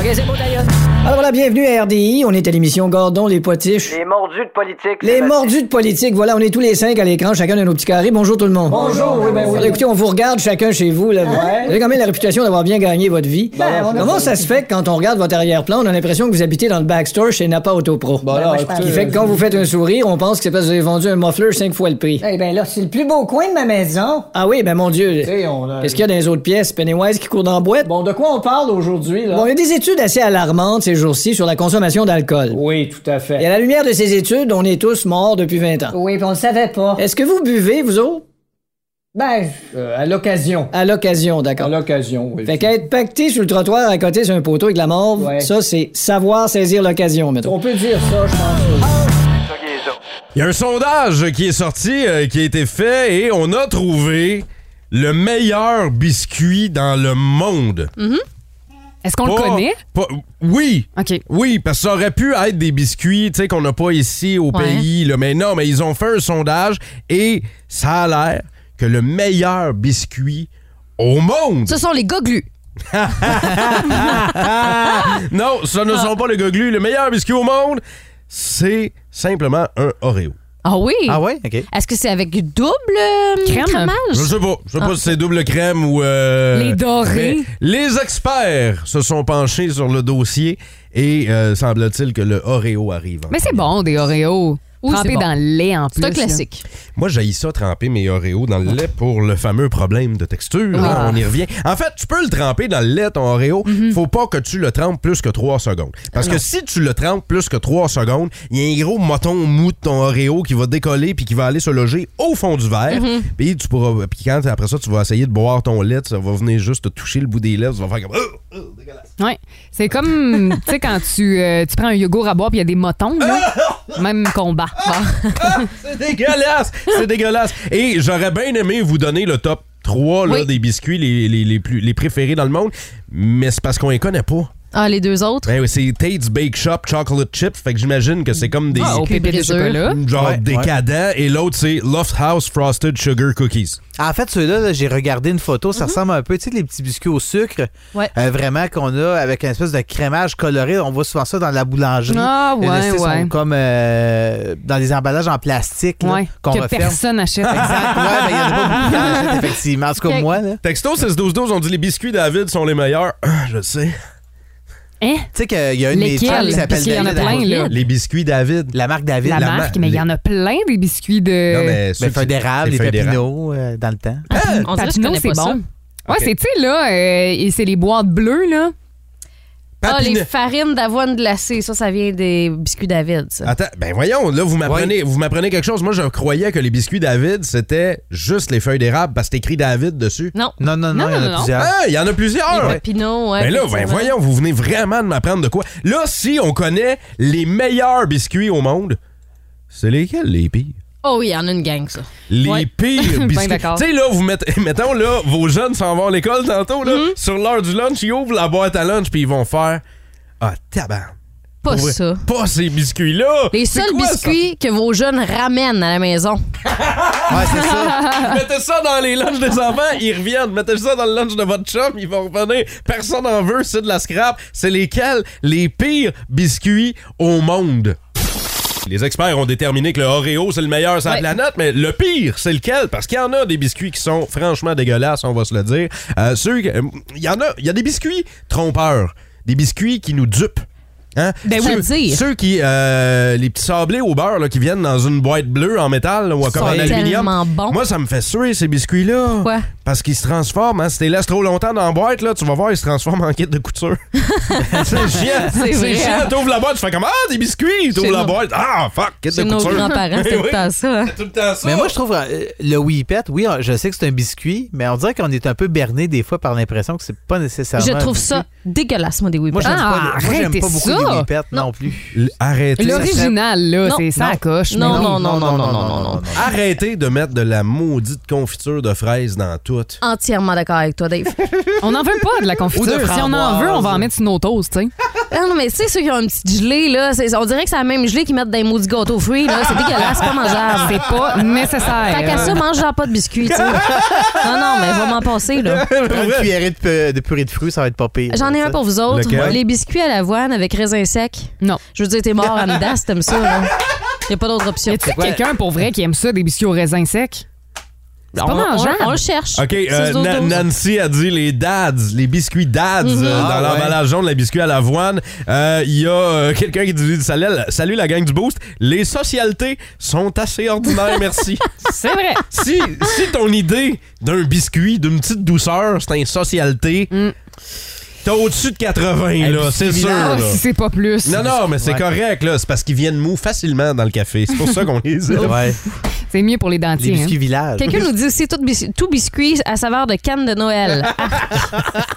Speaker 12: OK, c'est bon, d'ailleurs.
Speaker 8: Alors voilà, bienvenue à RDI. On est à l'émission Gordon, les potiches.
Speaker 12: Les mordus de politique.
Speaker 8: Les mordus de politique, voilà, on est tous les cinq à l'écran, chacun de nos petits carrés. Bonjour tout le monde.
Speaker 12: Bonjour, oui, ben oui.
Speaker 8: Alors, écoutez, on vous regarde chacun chez vous, là. Vous
Speaker 12: Ouais.
Speaker 8: vous avez quand même la réputation d'avoir bien gagné votre vie.
Speaker 12: Ben, on a
Speaker 8: Comment
Speaker 12: pas-
Speaker 8: ça se fait que quand on regarde votre arrière-plan, on a l'impression que vous habitez dans le backstore chez Napa Autopro?
Speaker 12: Ben, là,
Speaker 8: Ce qui
Speaker 12: écoutez,
Speaker 8: fait que quand vous faites un sourire, on pense que c'est parce que vous avez vendu un muffler cinq fois le prix.
Speaker 12: Eh ben là, c'est le plus beau coin de ma maison.
Speaker 8: Ah oui, ben mon Dieu.
Speaker 12: sais, on a-
Speaker 8: Qu'est-ce qu'il y a dans les autres pièces? Pennywise qui court dans la boîte?
Speaker 12: Bon, de quoi on parle aujourd'hui, là?
Speaker 8: Bon, il y a des études assez alarmantes ces jours-ci sur la consommation d'alcool.
Speaker 12: Oui, tout à fait.
Speaker 8: Et à la lumière de ces études, on est tous morts depuis 20 ans.
Speaker 12: Oui, puis on le savait pas.
Speaker 8: Est-ce que vous buvez, vous autres?
Speaker 12: Ben, euh, à l'occasion.
Speaker 8: À l'occasion,
Speaker 12: À
Speaker 8: d'accord.
Speaker 12: l'occasion, oui.
Speaker 8: Fait qu'être pacté sur le trottoir à côté sur un poteau avec de la morve,
Speaker 12: Ouais.
Speaker 8: ça, c'est savoir saisir l'occasion, mettons.
Speaker 12: On peut dire ça, je pense.
Speaker 5: Il y a un sondage qui est sorti, euh, qui a été fait, et on a trouvé le meilleur biscuit dans le monde.
Speaker 7: Est-ce qu'on le
Speaker 5: Pas-
Speaker 7: connaît?
Speaker 5: pas- oui.
Speaker 7: OK.
Speaker 5: Oui, parce que ça aurait pu être des biscuits tu sais, qu'on n'a pas ici au
Speaker 6: Ouais.
Speaker 5: pays. là. mais non, mais ils ont fait un sondage et ça a l'air que le meilleur biscuit au monde.
Speaker 6: Ce sont les goglus.
Speaker 5: non, ce
Speaker 7: Ah.
Speaker 5: ne sont pas les goglus. Le meilleur biscuit au monde, c'est simplement un Oreo.
Speaker 6: Ah oui?
Speaker 10: Ah ouais? OK.
Speaker 6: Est-ce que c'est avec du double euh,
Speaker 7: Crème.
Speaker 5: Je
Speaker 6: crémage?
Speaker 5: sais pas. Je sais pas si c'est double crème ou. euh,
Speaker 7: Ah. Les dorés.
Speaker 5: mais Les experts se sont penchés sur le dossier et euh, semble-t-il que le Oreo arrive. en
Speaker 7: Mais c'est
Speaker 5: premier.
Speaker 7: bon, des Oreos.
Speaker 6: Oui,
Speaker 7: Trempés
Speaker 6: c'est bon.
Speaker 7: dans le lait, en plus.
Speaker 6: C'est un
Speaker 7: là.
Speaker 6: classique.
Speaker 5: Moi, j'ai ça tremper mes Oreos dans le lait pour le fameux problème de texture. là.
Speaker 7: Ah.
Speaker 5: on y revient. En fait, tu peux le tremper dans le lait, ton Oreo. Faut pas que tu le trempes plus que 3 secondes. Parce que si tu le trempes plus que 3 secondes, il y a un gros moton mou de ton Oreo qui va décoller puis qui va aller se loger au fond du verre. Puis tu pourras. Puis quand après ça, tu vas essayer de boire ton lait, ça va venir juste te toucher le bout des lèvres. Tu vas faire comme. Oh, oh, dégueulasse.
Speaker 7: Ouais. C'est comme, tu sais, quand tu, euh, tu prends un yogourt à boire puis il y a des motons, là. Même combat. Ah. Bon.
Speaker 5: C'est dégueulasse! C'est dégueulasse! Et j'aurais bien aimé vous donner le top 3 là,
Speaker 6: Oui.
Speaker 5: des biscuits les, les- les plus, les préférés dans le monde, mais c'est parce qu'on les connaît pas.
Speaker 6: Ah, les deux autres?
Speaker 5: Ben oui, c'est Tate's Bake Shop Chocolate Chip. Fait que j'imagine que c'est comme des.
Speaker 6: Ah, au pépé de chocolat.
Speaker 7: E?
Speaker 5: Genre
Speaker 10: Ouais,
Speaker 5: décadent. Et l'autre, c'est Loft House Frosted Sugar Cookies.
Speaker 10: En fait, ceux-là, là, j'ai regardé une photo, ça ressemble un peu, tu sais, les petits biscuits au sucre.
Speaker 6: Ouais.
Speaker 10: Euh, vraiment qu'on a avec une espèce de crémage coloré. On voit souvent ça dans la boulangerie.
Speaker 7: Ah, ouais,
Speaker 10: Les restes
Speaker 7: ouais.
Speaker 10: sont comme euh, dans des emballages en plastique là,
Speaker 7: Ouais.
Speaker 10: qu'on
Speaker 7: que
Speaker 10: referme.
Speaker 7: personne n'achète.
Speaker 10: Exact. Ouais, ben, il y en a pas beaucoup qui en achètent, effectivement. En tout cas,
Speaker 7: Ok.
Speaker 10: moi, là.
Speaker 5: Texto 16-12-12, on dit les biscuits David sont les meilleurs. Ah, Je le sais.
Speaker 7: Hein?
Speaker 10: Tu sais qu'il y a une des
Speaker 7: Lesquels?
Speaker 10: filles qui s'appelle
Speaker 7: Parce qu'il y en a
Speaker 10: David
Speaker 7: plein, là.
Speaker 5: Les biscuits David.
Speaker 10: La marque David.
Speaker 7: Oh. La, marque, mais il y en a plein des biscuits de.
Speaker 10: Non, mais
Speaker 5: ceux
Speaker 10: feuilles
Speaker 5: qui-
Speaker 10: d'érable,
Speaker 5: Ben, les
Speaker 10: les
Speaker 5: feuilles d'érable.
Speaker 10: papineaux euh, dans le temps.
Speaker 6: On dirait que je
Speaker 7: Papineau,
Speaker 6: connais
Speaker 7: c'est
Speaker 6: pas ça.
Speaker 7: bon. Ouais,
Speaker 10: Ok.
Speaker 7: c'est, tu sais, là, euh, et c'est les boîtes bleues, là.
Speaker 6: Ah, les
Speaker 5: Papineau.
Speaker 6: farines d'avoine glacée. Ça, ça vient des biscuits David, ça.
Speaker 5: Attends, ben voyons, là, vous m'apprenez vous m'apprenez quelque chose. Moi, je croyais que les biscuits David, c'était juste les feuilles d'érable parce que c'est écrit David dessus.
Speaker 6: Non.
Speaker 10: Non, non, non,
Speaker 6: Non,
Speaker 10: il y en
Speaker 6: non,
Speaker 10: a
Speaker 6: non.
Speaker 10: plusieurs.
Speaker 5: Ah, il y en a
Speaker 6: Les
Speaker 5: plusieurs!
Speaker 6: papineaux, ouais.
Speaker 5: Ben là, ben
Speaker 6: effectivement.
Speaker 5: voyons, vous venez vraiment de m'apprendre de quoi. Là, si on connaît les meilleurs biscuits au monde, c'est lesquels les pires?
Speaker 6: Oh oui, il y en a une gang, ça.
Speaker 5: Les
Speaker 6: Ouais.
Speaker 5: pires
Speaker 6: Ben
Speaker 5: biscuits.
Speaker 6: d'accord.
Speaker 5: tu sais, là, vous mettez, mettons, là, vos jeunes s'en vont à l'école tantôt, là,
Speaker 6: Mm-hmm.
Speaker 5: sur l'heure du lunch, ils ouvrent la boîte à lunch, puis ils vont faire Ah, tabarn.
Speaker 6: Pas
Speaker 5: Pour vrai,
Speaker 6: ça.
Speaker 5: Pas ces biscuits-là!
Speaker 6: Les
Speaker 5: C'est
Speaker 6: seuls
Speaker 5: quoi, ça?
Speaker 6: biscuits que vos jeunes ramènent à la maison.
Speaker 10: Ouais, c'est ça.
Speaker 5: Mettez ça dans les lunchs des enfants, ils reviennent. Mettez ça dans le lunch de votre chum, ils vont revenir. Personne en veut, c'est de la scrap. C'est lesquels les pires biscuits au monde? Les experts ont déterminé que le Oreo, c'est le meilleur sur la
Speaker 6: Ouais.
Speaker 5: planète, mais le pire, c'est lequel? Parce qu'il y en a des biscuits qui sont franchement dégueulasses, on va se le dire. Euh, ceux, que- euh, il y en a, il y a des biscuits trompeurs, des biscuits qui nous dupent. Hein?
Speaker 6: Ben oui,
Speaker 5: ceux,
Speaker 6: à dire.
Speaker 5: ceux qui, euh, les petits sablés au beurre là, qui viennent dans une boîte bleue en métal là, ou comme en
Speaker 6: sont
Speaker 5: aluminium.
Speaker 6: tellement bons.
Speaker 5: Moi, ça me fait suer ces biscuits-là.
Speaker 6: Pourquoi?
Speaker 5: Parce qu'ils se transforment. Hein. Si t'es laissé trop longtemps dans la boîte, là, tu vas voir, ils se transforment en kit de couture. c'est chiant.
Speaker 6: C'est vrai, hein.
Speaker 5: chiant. T'ouvres la boîte, tu fais comme Ah, des biscuits.
Speaker 6: Chez
Speaker 5: T'ouvres la
Speaker 6: nos-
Speaker 5: boîte. Ah, fuck, kit de
Speaker 6: Chez nos
Speaker 5: couture.
Speaker 6: grands-parents,
Speaker 5: Oui,
Speaker 6: c'était tout
Speaker 5: Eh oui.
Speaker 6: le temps ça. hein.
Speaker 5: Tout le temps ça.
Speaker 10: Mais moi, je trouve euh, le Whippet, oui, je sais que c'est un biscuit, mais on dirait qu'on est un peu berné des fois par l'impression que c'est pas nécessairement.
Speaker 6: Je
Speaker 10: un
Speaker 6: trouve
Speaker 10: biscuit.
Speaker 6: ça dégueulasse, moi, des Whippets.
Speaker 10: Moi, j'aime
Speaker 7: Ah,
Speaker 10: pas, le- moi, j'aime
Speaker 7: arrêtez
Speaker 10: pas beaucoup
Speaker 7: ça.
Speaker 10: les Whippets non, plus.
Speaker 5: L- Arrêtez.
Speaker 7: L'original, là,
Speaker 6: Non,
Speaker 7: c'est ça la coche.
Speaker 6: Non,
Speaker 7: mais
Speaker 6: non, non, non, non, non, non, non.
Speaker 5: Arrêtez de mettre de la maudite confiture de fraises dans tout.
Speaker 6: Entièrement d'accord avec toi, Dave.
Speaker 7: On n'en veut pas de la
Speaker 10: Ou
Speaker 7: confiture.
Speaker 10: de
Speaker 7: Si on en
Speaker 10: framboise.
Speaker 7: veut, on va en mettre sur nos toasts, tu sais.
Speaker 6: Ah non, mais tu sais, ceux qui ont une petite gelée, là, c'est- on dirait que c'est la même gelée qu'ils mettent dans les maudits gâteaux aux fruits, là. C'est dégueulasse, c'est pas mangeable.
Speaker 7: C'est pas nécessaire.
Speaker 6: Fait qu'à ça, mange genre pas de biscuits, tu sais. Non, non, mais va m'en passer, là.
Speaker 10: Prends Une cuillerée de, pu- de purée de fruits, ça va être pas pire.
Speaker 6: J'en ai un pour vous autres.
Speaker 5: Lequel?
Speaker 6: Les biscuits à l'avoine avec raisin sec.
Speaker 7: Non.
Speaker 6: Je veux dire, t'es mort en dedans si t'aimes ça, là. Y a pas d'autre option.
Speaker 7: Y a-tu quelqu'un pour vrai qui aime ça, des biscuits aux raisins secs? C'est pas
Speaker 6: On- on- On le
Speaker 7: mangeable.
Speaker 6: cherche.
Speaker 5: OK,
Speaker 6: Six,
Speaker 5: euh,
Speaker 6: douze,
Speaker 5: Na-
Speaker 6: douze.
Speaker 5: Nancy a dit les dads, les biscuits dads euh, dans
Speaker 10: Ah,
Speaker 5: l'emballage jaune, les biscuits à l'avoine. Euh, Il y a euh, quelqu'un qui dit salut, la- salut la gang du Boost. Les socialités sont assez ordinaires, merci.
Speaker 7: C'est vrai.
Speaker 5: si, si ton idée d'un biscuit, d'une petite douceur, c'est une socialité,
Speaker 10: Mm.
Speaker 5: t'es au-dessus de 80, là, c'est sûr.
Speaker 7: Ah,
Speaker 5: là.
Speaker 7: si c'est pas plus.
Speaker 5: Non, non, mais c'est
Speaker 10: Ouais.
Speaker 5: correct, là. C'est parce qu'ils viennent mous facilement dans le café. C'est pour ça qu'on les aime.
Speaker 10: Ouais.
Speaker 7: C'est mieux pour les
Speaker 10: Les
Speaker 7: dentiers. hein.
Speaker 10: biscuits village.
Speaker 6: Quelqu'un nous dit aussi tout, bis- tout biscuit à saveur de canne de Noël. Ah,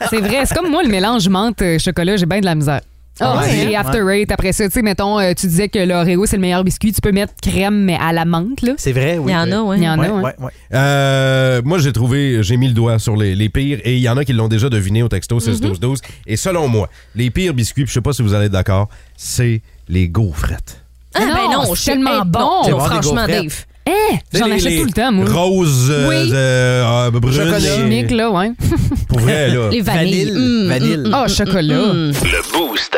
Speaker 7: C'est vrai. C'est comme moi, le mélange menthe-chocolat, j'ai bien de la misère.
Speaker 10: Ah ouais,
Speaker 7: Et
Speaker 10: hein?
Speaker 7: after eight, après ça, tu sais, mettons, euh, tu disais que l'Oreo, c'est le meilleur biscuit. Tu peux mettre crème, mais à la menthe, là.
Speaker 10: C'est vrai,
Speaker 6: Eh ben. Il
Speaker 10: oui.
Speaker 6: y en a, ouais.
Speaker 7: Il y en
Speaker 10: Ouais,
Speaker 7: a, hein.
Speaker 10: ouais, ouais.
Speaker 5: Euh, moi, j'ai trouvé, j'ai mis le doigt sur les, les pires et il y en a qui l'ont déjà deviné au texto 6-12-12. Et selon moi, les pires biscuits, puis je sais pas si vous allez être d'accord, c'est les gaufrettes.
Speaker 6: Ah, ben non,
Speaker 7: c'est
Speaker 6: je suis hey,
Speaker 7: tellement bon.
Speaker 6: non,
Speaker 10: C'est bon, des
Speaker 6: franchement,
Speaker 10: gaufrettes.
Speaker 6: Dave.
Speaker 7: Eh, j'en
Speaker 5: Les-
Speaker 7: achète
Speaker 5: les
Speaker 7: tout le temps, moi.
Speaker 5: Roses, euh,
Speaker 6: Oui.
Speaker 5: euh, euh, brunes.
Speaker 10: Chocolat.
Speaker 5: et-
Speaker 7: Chimique, là, ouais.
Speaker 5: Pour vrai, là.
Speaker 6: Les vanilles.
Speaker 10: Vanille.
Speaker 6: Mm,
Speaker 10: Vanille.
Speaker 6: mm, mm,
Speaker 7: Ah,
Speaker 6: mm,
Speaker 7: chocolat.
Speaker 6: mm, mm.
Speaker 2: Le Boost.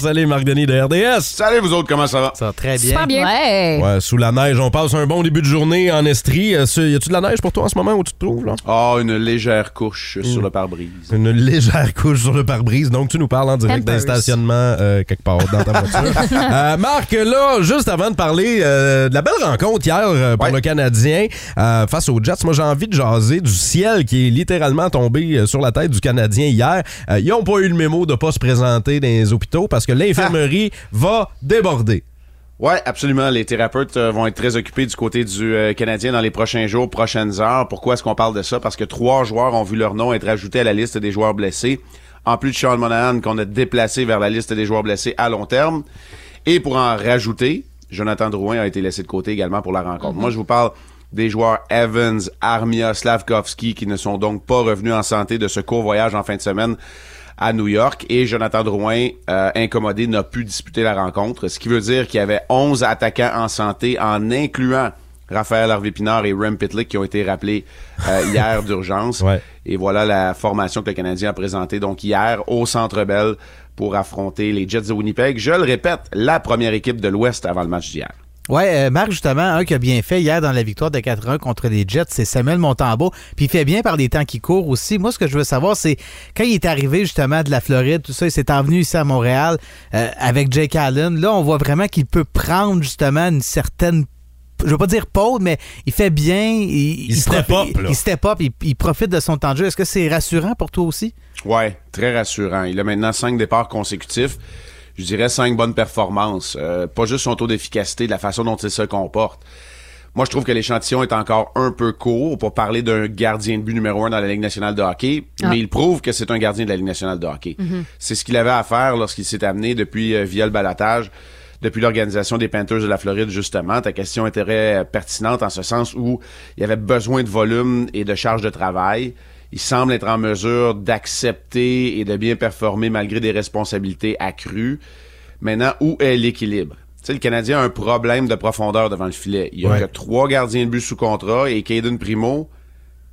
Speaker 5: Salut, Marc Denis de RDS.
Speaker 4: Salut vous autres, comment ça va?
Speaker 10: Ça va très bien.
Speaker 7: Super bien.
Speaker 6: Ouais.
Speaker 5: Ouais, sous la neige, on passe un bon début de journée en Estrie. Euh, ce- y a-tu de la neige pour toi en ce moment où tu te trouves, là?
Speaker 4: Ah, une légère
Speaker 10: Mm.
Speaker 4: couche sur le pare-brise.
Speaker 5: Une légère couche sur le pare-brise. Donc, tu nous parles en direct d'un
Speaker 6: Pampers.
Speaker 5: stationnement euh, quelque part dans ta voiture. Euh, Marc, là, juste avant de parler euh, de la belle rencontre hier euh, pour
Speaker 4: Ouais.
Speaker 5: le Canadien euh, face aux Jets, moi, j'ai envie de jaser du ciel qui est littéralement tombé euh, sur la tête du Canadien hier. Euh, ils n'ont pas eu le mémo de pas se présenter dans les hôpitaux parce que l'infirmerie va déborder.
Speaker 4: Ouais, absolument. Les thérapeutes euh, vont être très occupés du côté du euh, Canadien dans les prochains jours, prochaines heures. Pourquoi est-ce qu'on parle de ça? Parce que trois joueurs ont vu leur nom être ajouté à la liste des joueurs blessés, en plus de Sean Monahan qu'on a déplacé vers la liste des joueurs blessés à long terme. Et pour en rajouter, Jonathan Drouin a été laissé de côté également pour la rencontre. Moi, je vous parle des joueurs Evans, Armia, Slavkovski qui ne sont donc pas revenus en santé de ce court voyage en fin de semaine à New York et Jonathan Drouin, euh, incommodé, n'a pu disputer la rencontre, ce qui veut dire qu'il y avait 11 attaquants en santé en incluant Raphaël Harvey-Pinard et Rem Pitlick qui ont été rappelés euh, hier d'urgence. Et voilà la formation que le Canadien a présentée donc hier au Centre Bell pour affronter les Jets de Winnipeg. Je le répète, la première équipe de l'Ouest avant le match d'hier.
Speaker 10: Ouais, euh, Marc, justement, un qui a bien fait hier dans la victoire de 4-1 contre les Jets, c'est Samuel Montembeau. Puis il fait bien par les temps qui courent aussi. Moi, ce que je veux savoir, c'est quand il est arrivé justement de la Floride, tout ça, il s'est envenu ici à Montréal euh, avec Jake Allen. Là, on voit vraiment qu'il peut prendre justement une certaine je veux pas dire pause, mais il fait bien. Il, il
Speaker 5: step
Speaker 10: profite-
Speaker 5: up, là.
Speaker 10: Il step up, il, il profite de son temps de jeu. Est-ce que c'est rassurant pour toi aussi?
Speaker 4: Ouais, très rassurant. Il a maintenant cinq départs consécutifs. Je dirais cinq bonnes performances. Euh, pas juste son taux d'efficacité, de la façon dont il se comporte. Moi, je trouve que l'échantillon est encore un peu court pour parler d'un gardien de but numéro un dans la Ligue nationale de hockey,
Speaker 14: Ah.
Speaker 4: mais il prouve que c'est un gardien de la Ligue nationale de hockey.
Speaker 14: Mhm.
Speaker 4: C'est ce qu'il avait à faire lorsqu'il s'est amené depuis euh, via le balatage, depuis l'organisation des Panthers de la Floride, justement. Ta question était très, euh, pertinente en ce sens où il y avait besoin de volume et de charge de travail. Il semble être en mesure d'accepter et de bien performer malgré des responsabilités accrues. Maintenant, où est l'équilibre? Tu sais, le Canadien a un problème de profondeur devant le filet. Il y a
Speaker 5: Ouais.
Speaker 4: que trois gardiens de but sous contrat et Caden Primo,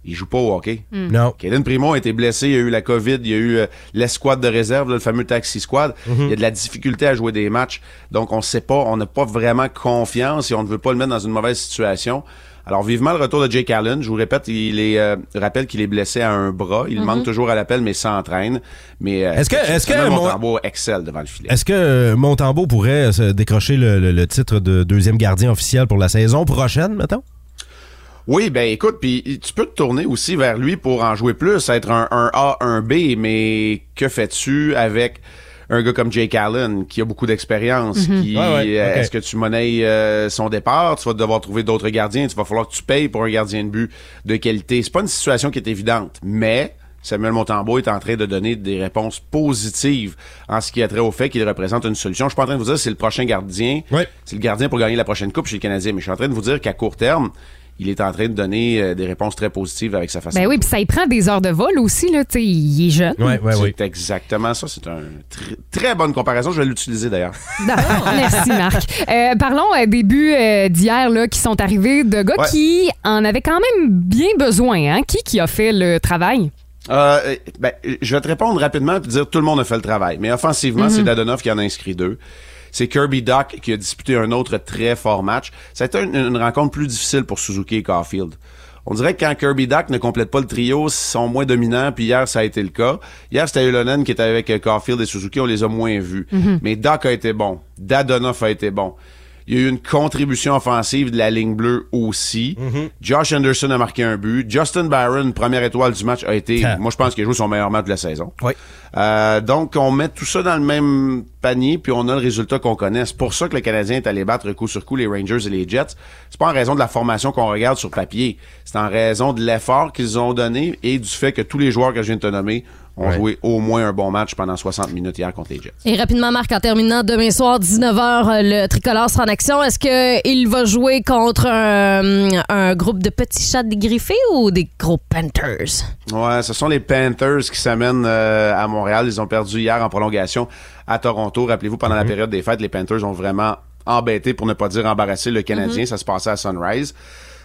Speaker 4: il joue pas au hockey.
Speaker 5: Mm. Non.
Speaker 4: Caden Primo a été blessé, il y a eu la COVID, il y a eu euh, l'escouade de réserve, là, le fameux taxi squad.
Speaker 5: Mhm.
Speaker 4: Il y a de la difficulté à jouer des matchs. Donc, on sait pas, on n'a pas vraiment confiance et on ne veut pas le mettre dans une mauvaise situation. Alors, vivement le retour de Jake Allen. Je vous répète, il est, euh, rappelle qu'il est blessé à un bras. Il
Speaker 5: Mhm.
Speaker 4: manque toujours à l'appel, mais s'entraîne. Mais, euh,
Speaker 5: Est-ce que- est-ce que
Speaker 4: Samuel
Speaker 5: mon-
Speaker 4: Montembeau excelle devant le filet?
Speaker 5: Est-ce que euh, Montembeau pourrait euh, se décrocher le, le- le titre de deuxième gardien officiel pour la saison prochaine, mettons?
Speaker 4: Oui, ben écoute, puis tu peux te tourner aussi vers lui pour en jouer plus, être un, un A, un B, mais que fais-tu avec un gars comme Jake Allen qui a beaucoup d'expérience,
Speaker 5: Mhm.
Speaker 4: qui
Speaker 5: Ouais, ouais,
Speaker 4: euh,
Speaker 5: ok.
Speaker 4: est-ce que tu monnaies euh, son départ, tu vas devoir trouver d'autres gardiens, tu vas falloir que tu payes pour un gardien de but de qualité. C'est pas une situation qui est évidente, mais Samuel Montembeau est en train de donner des réponses positives en ce qui a trait au fait qu'il représente une solution. Je suis pas en train de vous dire que c'est le prochain gardien, c'est le gardien pour gagner la prochaine coupe chez le Canadien, mais je suis en train de vous dire qu'à court terme, il est en train de donner euh, des réponses très positives avec sa façon.
Speaker 7: Ben oui, puis ça y prend des heures de vol aussi, là. Tu sais, il est jeune.
Speaker 4: c'est exactement ça. C'est une très bonne comparaison. Je vais l'utiliser d'ailleurs.
Speaker 7: Non, Merci, Marc. Euh, parlons euh, des buts euh, d'hier là, qui sont arrivés de gars
Speaker 4: Ouais.
Speaker 7: qui en avaient quand même bien besoin. Hein? Qui qui a fait le travail?
Speaker 4: Euh, euh, ben, je vais te répondre rapidement et te dire tout le monde a fait le travail. Mais offensivement,
Speaker 7: Mhm.
Speaker 4: c'est Dadonov qui en a inscrit deux. C'est Kirby Doc qui a disputé un autre très fort match. Ça a été une, une rencontre plus difficile pour Suzuki et Caulfield. On dirait que quand Kirby Doc ne complète pas le trio, ils sont moins dominants, puis hier, ça a été le cas. Hier, c'était Ulonen qui était avec euh, Caulfield et Suzuki, on les a moins vus.
Speaker 7: Mm-hmm.
Speaker 14: Mhm.
Speaker 4: Mais Doc a été bon. Dadonov a été bon. Il y a eu une contribution offensive de la ligne bleue aussi. Josh Anderson a marqué un but. Justin Byron, première étoile du match, a été. Moi, je pense qu'il a joué son meilleur match de la saison. Euh, donc, on met tout ça dans le même panier, puis on a le résultat qu'on connaît. C'est pour ça que le Canadien est allé battre coup sur coup les Rangers et les Jets. C'est pas en raison de la formation qu'on regarde sur papier. C'est en raison de l'effort qu'ils ont donné et du fait que tous les joueurs que je viens de te nommer ont joué au moins un bon match pendant 60 minutes hier contre les Jets.
Speaker 6: Et rapidement, Marc, en terminant, demain soir, 19h, le tricolore sera en action. Est-ce qu'il va jouer contre un, euh, un groupe de petits chats dégriffés ou des gros Panthers?
Speaker 4: Ouais, ce sont les Panthers qui s'amènent euh, à Montréal. Ils ont perdu hier en prolongation à Toronto. Rappelez-vous, pendant la période des fêtes, les Panthers ont vraiment embêté, pour ne pas dire embarrassé, le Canadien.
Speaker 14: Mhm.
Speaker 4: Ça se passait à Sunrise.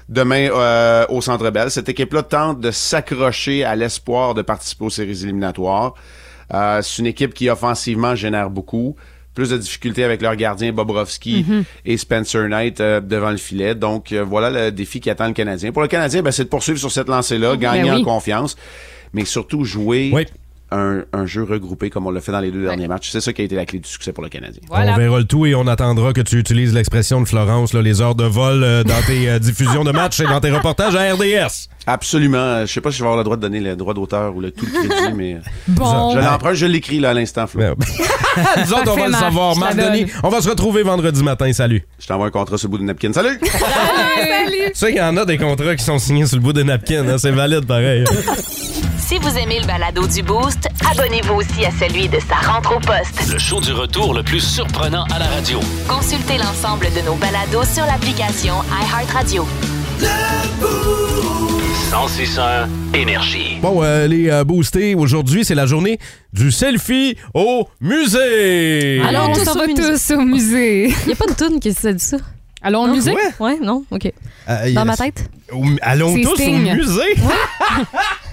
Speaker 4: Demain, euh, au Centre Bell, cette équipe-là tente de s'accrocher à l'espoir de participer aux séries éliminatoires. Euh, C'est une équipe qui, offensivement, génère beaucoup. Plus de difficultés avec leur gardien Bobrovski
Speaker 14: Mhm.
Speaker 4: et Spencer Knight euh, devant le filet. Donc, euh, voilà le défi qui attend le Canadien. Pour le Canadien, ben, c'est de poursuivre sur cette lancée-là, gagner
Speaker 14: Ben oui.
Speaker 4: en confiance, mais surtout jouer un, un jeu regroupé comme on l'a fait dans les deux derniers matchs. C'est ça qui a été la clé du succès pour le Canadien.
Speaker 5: On verra le tout et on attendra que tu utilises l'expression de Florence, là, les heures de vol euh, dans tes euh, diffusions de matchs et dans tes reportages à RDS.
Speaker 4: Absolument. Euh, Je sais pas si je vais avoir le droit de donner le droit d'auteur ou le tout le crédit, mais euh,
Speaker 5: Bon.
Speaker 4: je l'emprunte, je l'écris là à l'instant, Flo.
Speaker 5: Nous autres, on va le savoir. Marc Denis, on va se retrouver vendredi matin. Salut.
Speaker 4: Je t'envoie un contrat sur le bout de napkin. Salut!
Speaker 5: Tu sais qu'il y en a des contrats qui sont signés sur le bout des napkins. hein, C'est valide pareil.
Speaker 1: Si vous aimez le balado du Boost, abonnez-vous aussi à celui de sa rentre au poste.
Speaker 2: Le show du retour le plus surprenant à la radio.
Speaker 1: Consultez l'ensemble de nos balados sur l'application iHeartRadio.
Speaker 2: 1061 Énergie.
Speaker 5: Bon, euh, les euh, boostés, aujourd'hui, c'est la journée du selfie au musée.
Speaker 7: Alors, on s'en va tous au musée. Ah.
Speaker 6: Il n'y a pas de toune qui se dit ça.
Speaker 7: Allons au musée?
Speaker 6: Ouais, non, OK.
Speaker 5: Euh,
Speaker 6: Dans
Speaker 5: il-
Speaker 6: ma tête?
Speaker 5: Au- allons
Speaker 6: C'est
Speaker 5: tous
Speaker 6: Sting.
Speaker 5: au musée.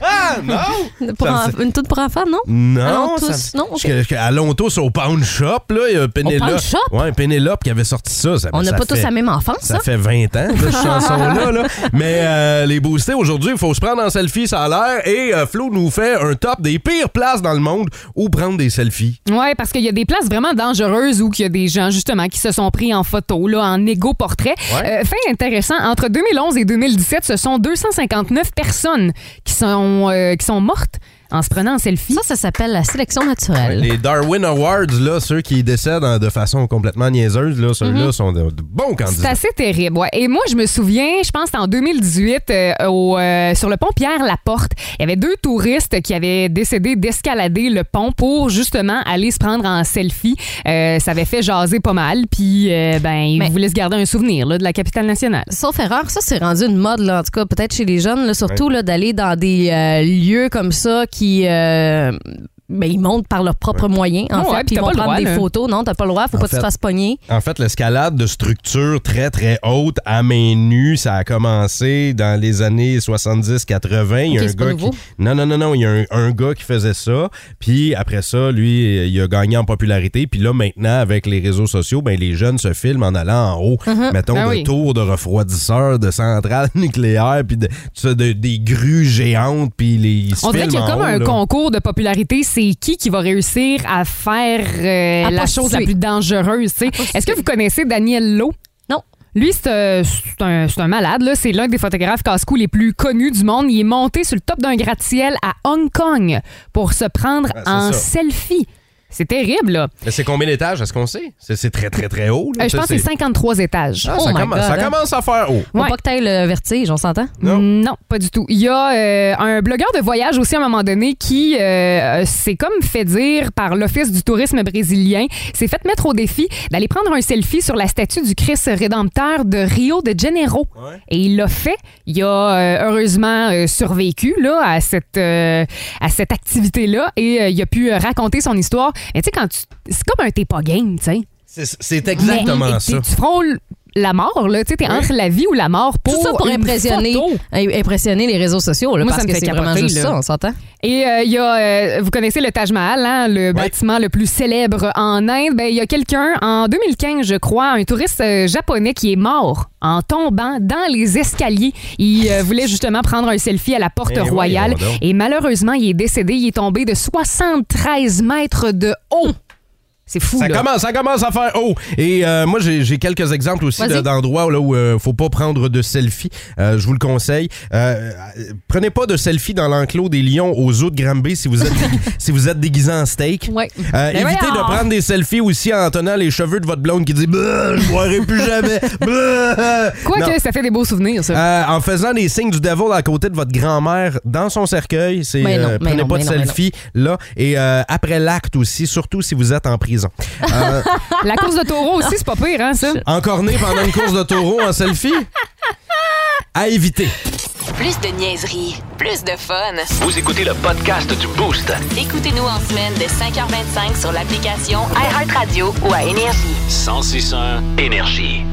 Speaker 5: Ah,
Speaker 6: non!
Speaker 5: Ça me
Speaker 6: une toune pour enfants, non?
Speaker 7: Mm.
Speaker 5: Non,
Speaker 6: Allons tous.
Speaker 5: ça-
Speaker 6: Non, ok.
Speaker 5: Parce que- parce que allons tous au pawn shop là, il y a Pénélope.
Speaker 6: pawn shop?
Speaker 5: Ouais, Pénélope qui avait sorti ça. ça
Speaker 6: On n'a
Speaker 5: ça
Speaker 6: pas tous
Speaker 5: fait-
Speaker 6: la même enfance,
Speaker 5: Ça
Speaker 6: hein?
Speaker 5: fait 20 ans, là, cette chanson-là. là. Mais euh, les boostés, aujourd'hui, il faut se prendre en selfie, ça a l'air. Et euh, Flo nous fait un top des pires places dans le monde où prendre des selfies.
Speaker 7: Oui, parce qu'il y a des places vraiment dangereuses où il y a des gens, justement, qui se sont pris en photo, là, en égo-portrait.
Speaker 5: Ouais.
Speaker 7: Euh, fait intéressant, entre 2011 et 2017, ce sont 259 personnes qui sont, euh, qui sont mortes en se prenant en selfie.
Speaker 6: Ça, ça s'appelle la sélection naturelle.
Speaker 5: Les Darwin Awards, là, ceux qui décèdent en- de façon complètement niaiseuse, là, ceux-là
Speaker 7: Mhm.
Speaker 5: sont de, de bons
Speaker 7: C'est
Speaker 5: candidats.
Speaker 7: assez terrible, ouais. Et moi, je me souviens, je pense, que c'était en 2018, euh, au, euh, sur le pont Pierre-Laporte, il y avait deux touristes qui avaient décidé d'escalader le pont pour justement aller se prendre en selfie. Euh, ça avait fait jaser pas mal, puis euh, ben, ils voulaient se garder un souvenir là, de la capitale nationale.
Speaker 6: Sauf erreur, ça c'est rendu une mode là, en tout cas peut-être chez les jeunes, là, surtout
Speaker 7: Ouais.
Speaker 6: là, d'aller dans des euh, lieux comme ça qui euh, ben, ils montent par leurs propres moyens en
Speaker 7: Ouais,
Speaker 6: fait,
Speaker 7: ouais,
Speaker 6: puis ils
Speaker 7: puis t'as
Speaker 6: vont
Speaker 7: pas le
Speaker 6: prendre
Speaker 7: droit,
Speaker 6: des
Speaker 7: là.
Speaker 6: photos, non, t'as pas le droit, faut
Speaker 5: En
Speaker 6: pas que
Speaker 5: fait-
Speaker 6: tu te fasses pogner.
Speaker 5: En fait, l'escalade de structures très, très hautes à main nue, ça a commencé dans les années 70-80. Il y a
Speaker 14: Ok,
Speaker 5: un
Speaker 14: c'est pas
Speaker 5: gars
Speaker 14: nouveau.
Speaker 5: qui... Non, non, non, non. Il y a un, un gars qui faisait ça. Puis après ça, lui, euh, il a gagné en popularité. Puis là, maintenant, avec les réseaux sociaux, ben, les jeunes se filment en allant en haut.
Speaker 7: Mm-hmm.
Speaker 14: Mhm.
Speaker 5: Mettons,
Speaker 14: Ben
Speaker 5: de
Speaker 14: oui.
Speaker 5: tours de refroidisseurs, de centrales nucléaires, puis de, tu sais, de- des grues géantes. Puis les, ils se
Speaker 7: On dirait qu'il
Speaker 5: filment
Speaker 7: y a
Speaker 5: en
Speaker 7: comme
Speaker 5: haut,
Speaker 7: un
Speaker 5: là.
Speaker 7: concours de popularité, c'est qui qui va réussir à faire euh,
Speaker 6: À
Speaker 7: la
Speaker 6: postuler.
Speaker 7: chose la plus dangereuse. tu sais. Est-ce que vous connaissez Daniel Lowe?
Speaker 6: Non.
Speaker 7: Lui, c'est euh, c'est un, c'est un malade. là. C'est l'un des photographes casse-cou les plus connus du monde. Il est monté sur le top d'un gratte-ciel à Hong Kong pour se prendre
Speaker 5: Ah, c'est
Speaker 7: en
Speaker 5: ça.
Speaker 7: selfie. C'est terrible, là.
Speaker 5: Mais c'est combien d'étages? Est-ce qu'on sait? C'est c'est très, très, très haut. là.
Speaker 7: Euh, je
Speaker 5: Ça,
Speaker 7: pense que c'est 53 étages.
Speaker 6: Oh
Speaker 5: Ah, ça commence-
Speaker 7: hein.
Speaker 5: ça
Speaker 6: hein?
Speaker 5: commence à faire haut.
Speaker 6: Faut pas que t'aies le vertige, on s'entend?
Speaker 7: Non. pas du tout. Il y a euh, un blogueur de voyage aussi à un moment donné qui euh, s'est comme fait dire par l'Office du tourisme brésilien, s'est fait mettre au défi d'aller prendre un selfie sur la statue du Christ rédempteur de Rio de Janeiro. Et il l'a fait. Il a euh, heureusement euh, survécu là, à cette, euh, à cette activité-là et euh, il a pu euh, raconter son histoire. Mais tu sais, quand tu... C'est comme un t'es pas game, tu sais. Ben
Speaker 5: C'est- C'est exactement
Speaker 7: Mais-
Speaker 5: ça.
Speaker 7: Tu frôles la mort, là. Tu sais, t'es entre la vie ou la mort pour
Speaker 6: Tout ça pour
Speaker 7: une
Speaker 6: impressionner,
Speaker 7: photo.
Speaker 6: impressionner les réseaux sociaux, là,
Speaker 7: Moi, ça
Speaker 6: parce
Speaker 7: me
Speaker 6: que
Speaker 7: fait
Speaker 6: c'est vraiment
Speaker 7: capoter,
Speaker 6: juste
Speaker 7: là.
Speaker 6: ça, on s'entend?
Speaker 7: Et euh, il y a, euh, vous connaissez le Taj Mahal, hein, le bâtiment le plus célèbre en Inde. Ben, il y a quelqu'un, en 2015, je crois, un touriste euh, japonais qui est mort en tombant dans les escaliers. Il euh, voulait justement prendre un selfie à la porte
Speaker 6: Eh oui,
Speaker 7: royale.
Speaker 6: voyons donc.
Speaker 7: Et malheureusement, il est décédé. Il est tombé de 73 mètres de haut. C'est fou,
Speaker 5: Ça
Speaker 7: là.
Speaker 5: commence, ça commence à faire haut. Et euh, moi, j'ai j'ai quelques exemples aussi
Speaker 7: Vas-y.
Speaker 5: de- d'endroits là, où euh, faut pas prendre de selfie. Euh, je vous le conseille. Euh, euh, prenez pas de selfie dans l'enclos des lions aux zoo de Granby si vous êtes, dégui- si vous êtes déguisé en steak. Euh,
Speaker 14: Ben
Speaker 5: évitez de
Speaker 14: voyons.
Speaker 5: prendre des selfies aussi en tenant les cheveux de votre blonde qui dit Bah, je boirai plus jamais. Bah. Non.
Speaker 7: Quoique, ça fait des beaux souvenirs, ça.
Speaker 5: Euh, en faisant les signes du devil à côté de votre grand-mère dans son cercueil, c'est
Speaker 7: Mais non,
Speaker 5: euh,
Speaker 7: mais
Speaker 5: prenez
Speaker 7: non,
Speaker 5: pas
Speaker 7: mais
Speaker 5: de
Speaker 7: non, mais non.
Speaker 5: selfie là et euh, après l'acte aussi, surtout si vous êtes en prison. Euh,
Speaker 7: La course de taureau aussi, c'est pas pire, hein, ça?
Speaker 5: encorné pendant une course de taureau en selfie à éviter.
Speaker 1: Plus de niaiserie, plus de fun.
Speaker 2: Vous écoutez le podcast du Boost.
Speaker 1: Écoutez-nous en semaine de 5h25 sur l'application iHeartRadio ou à Énergie.
Speaker 2: 1061 Énergie.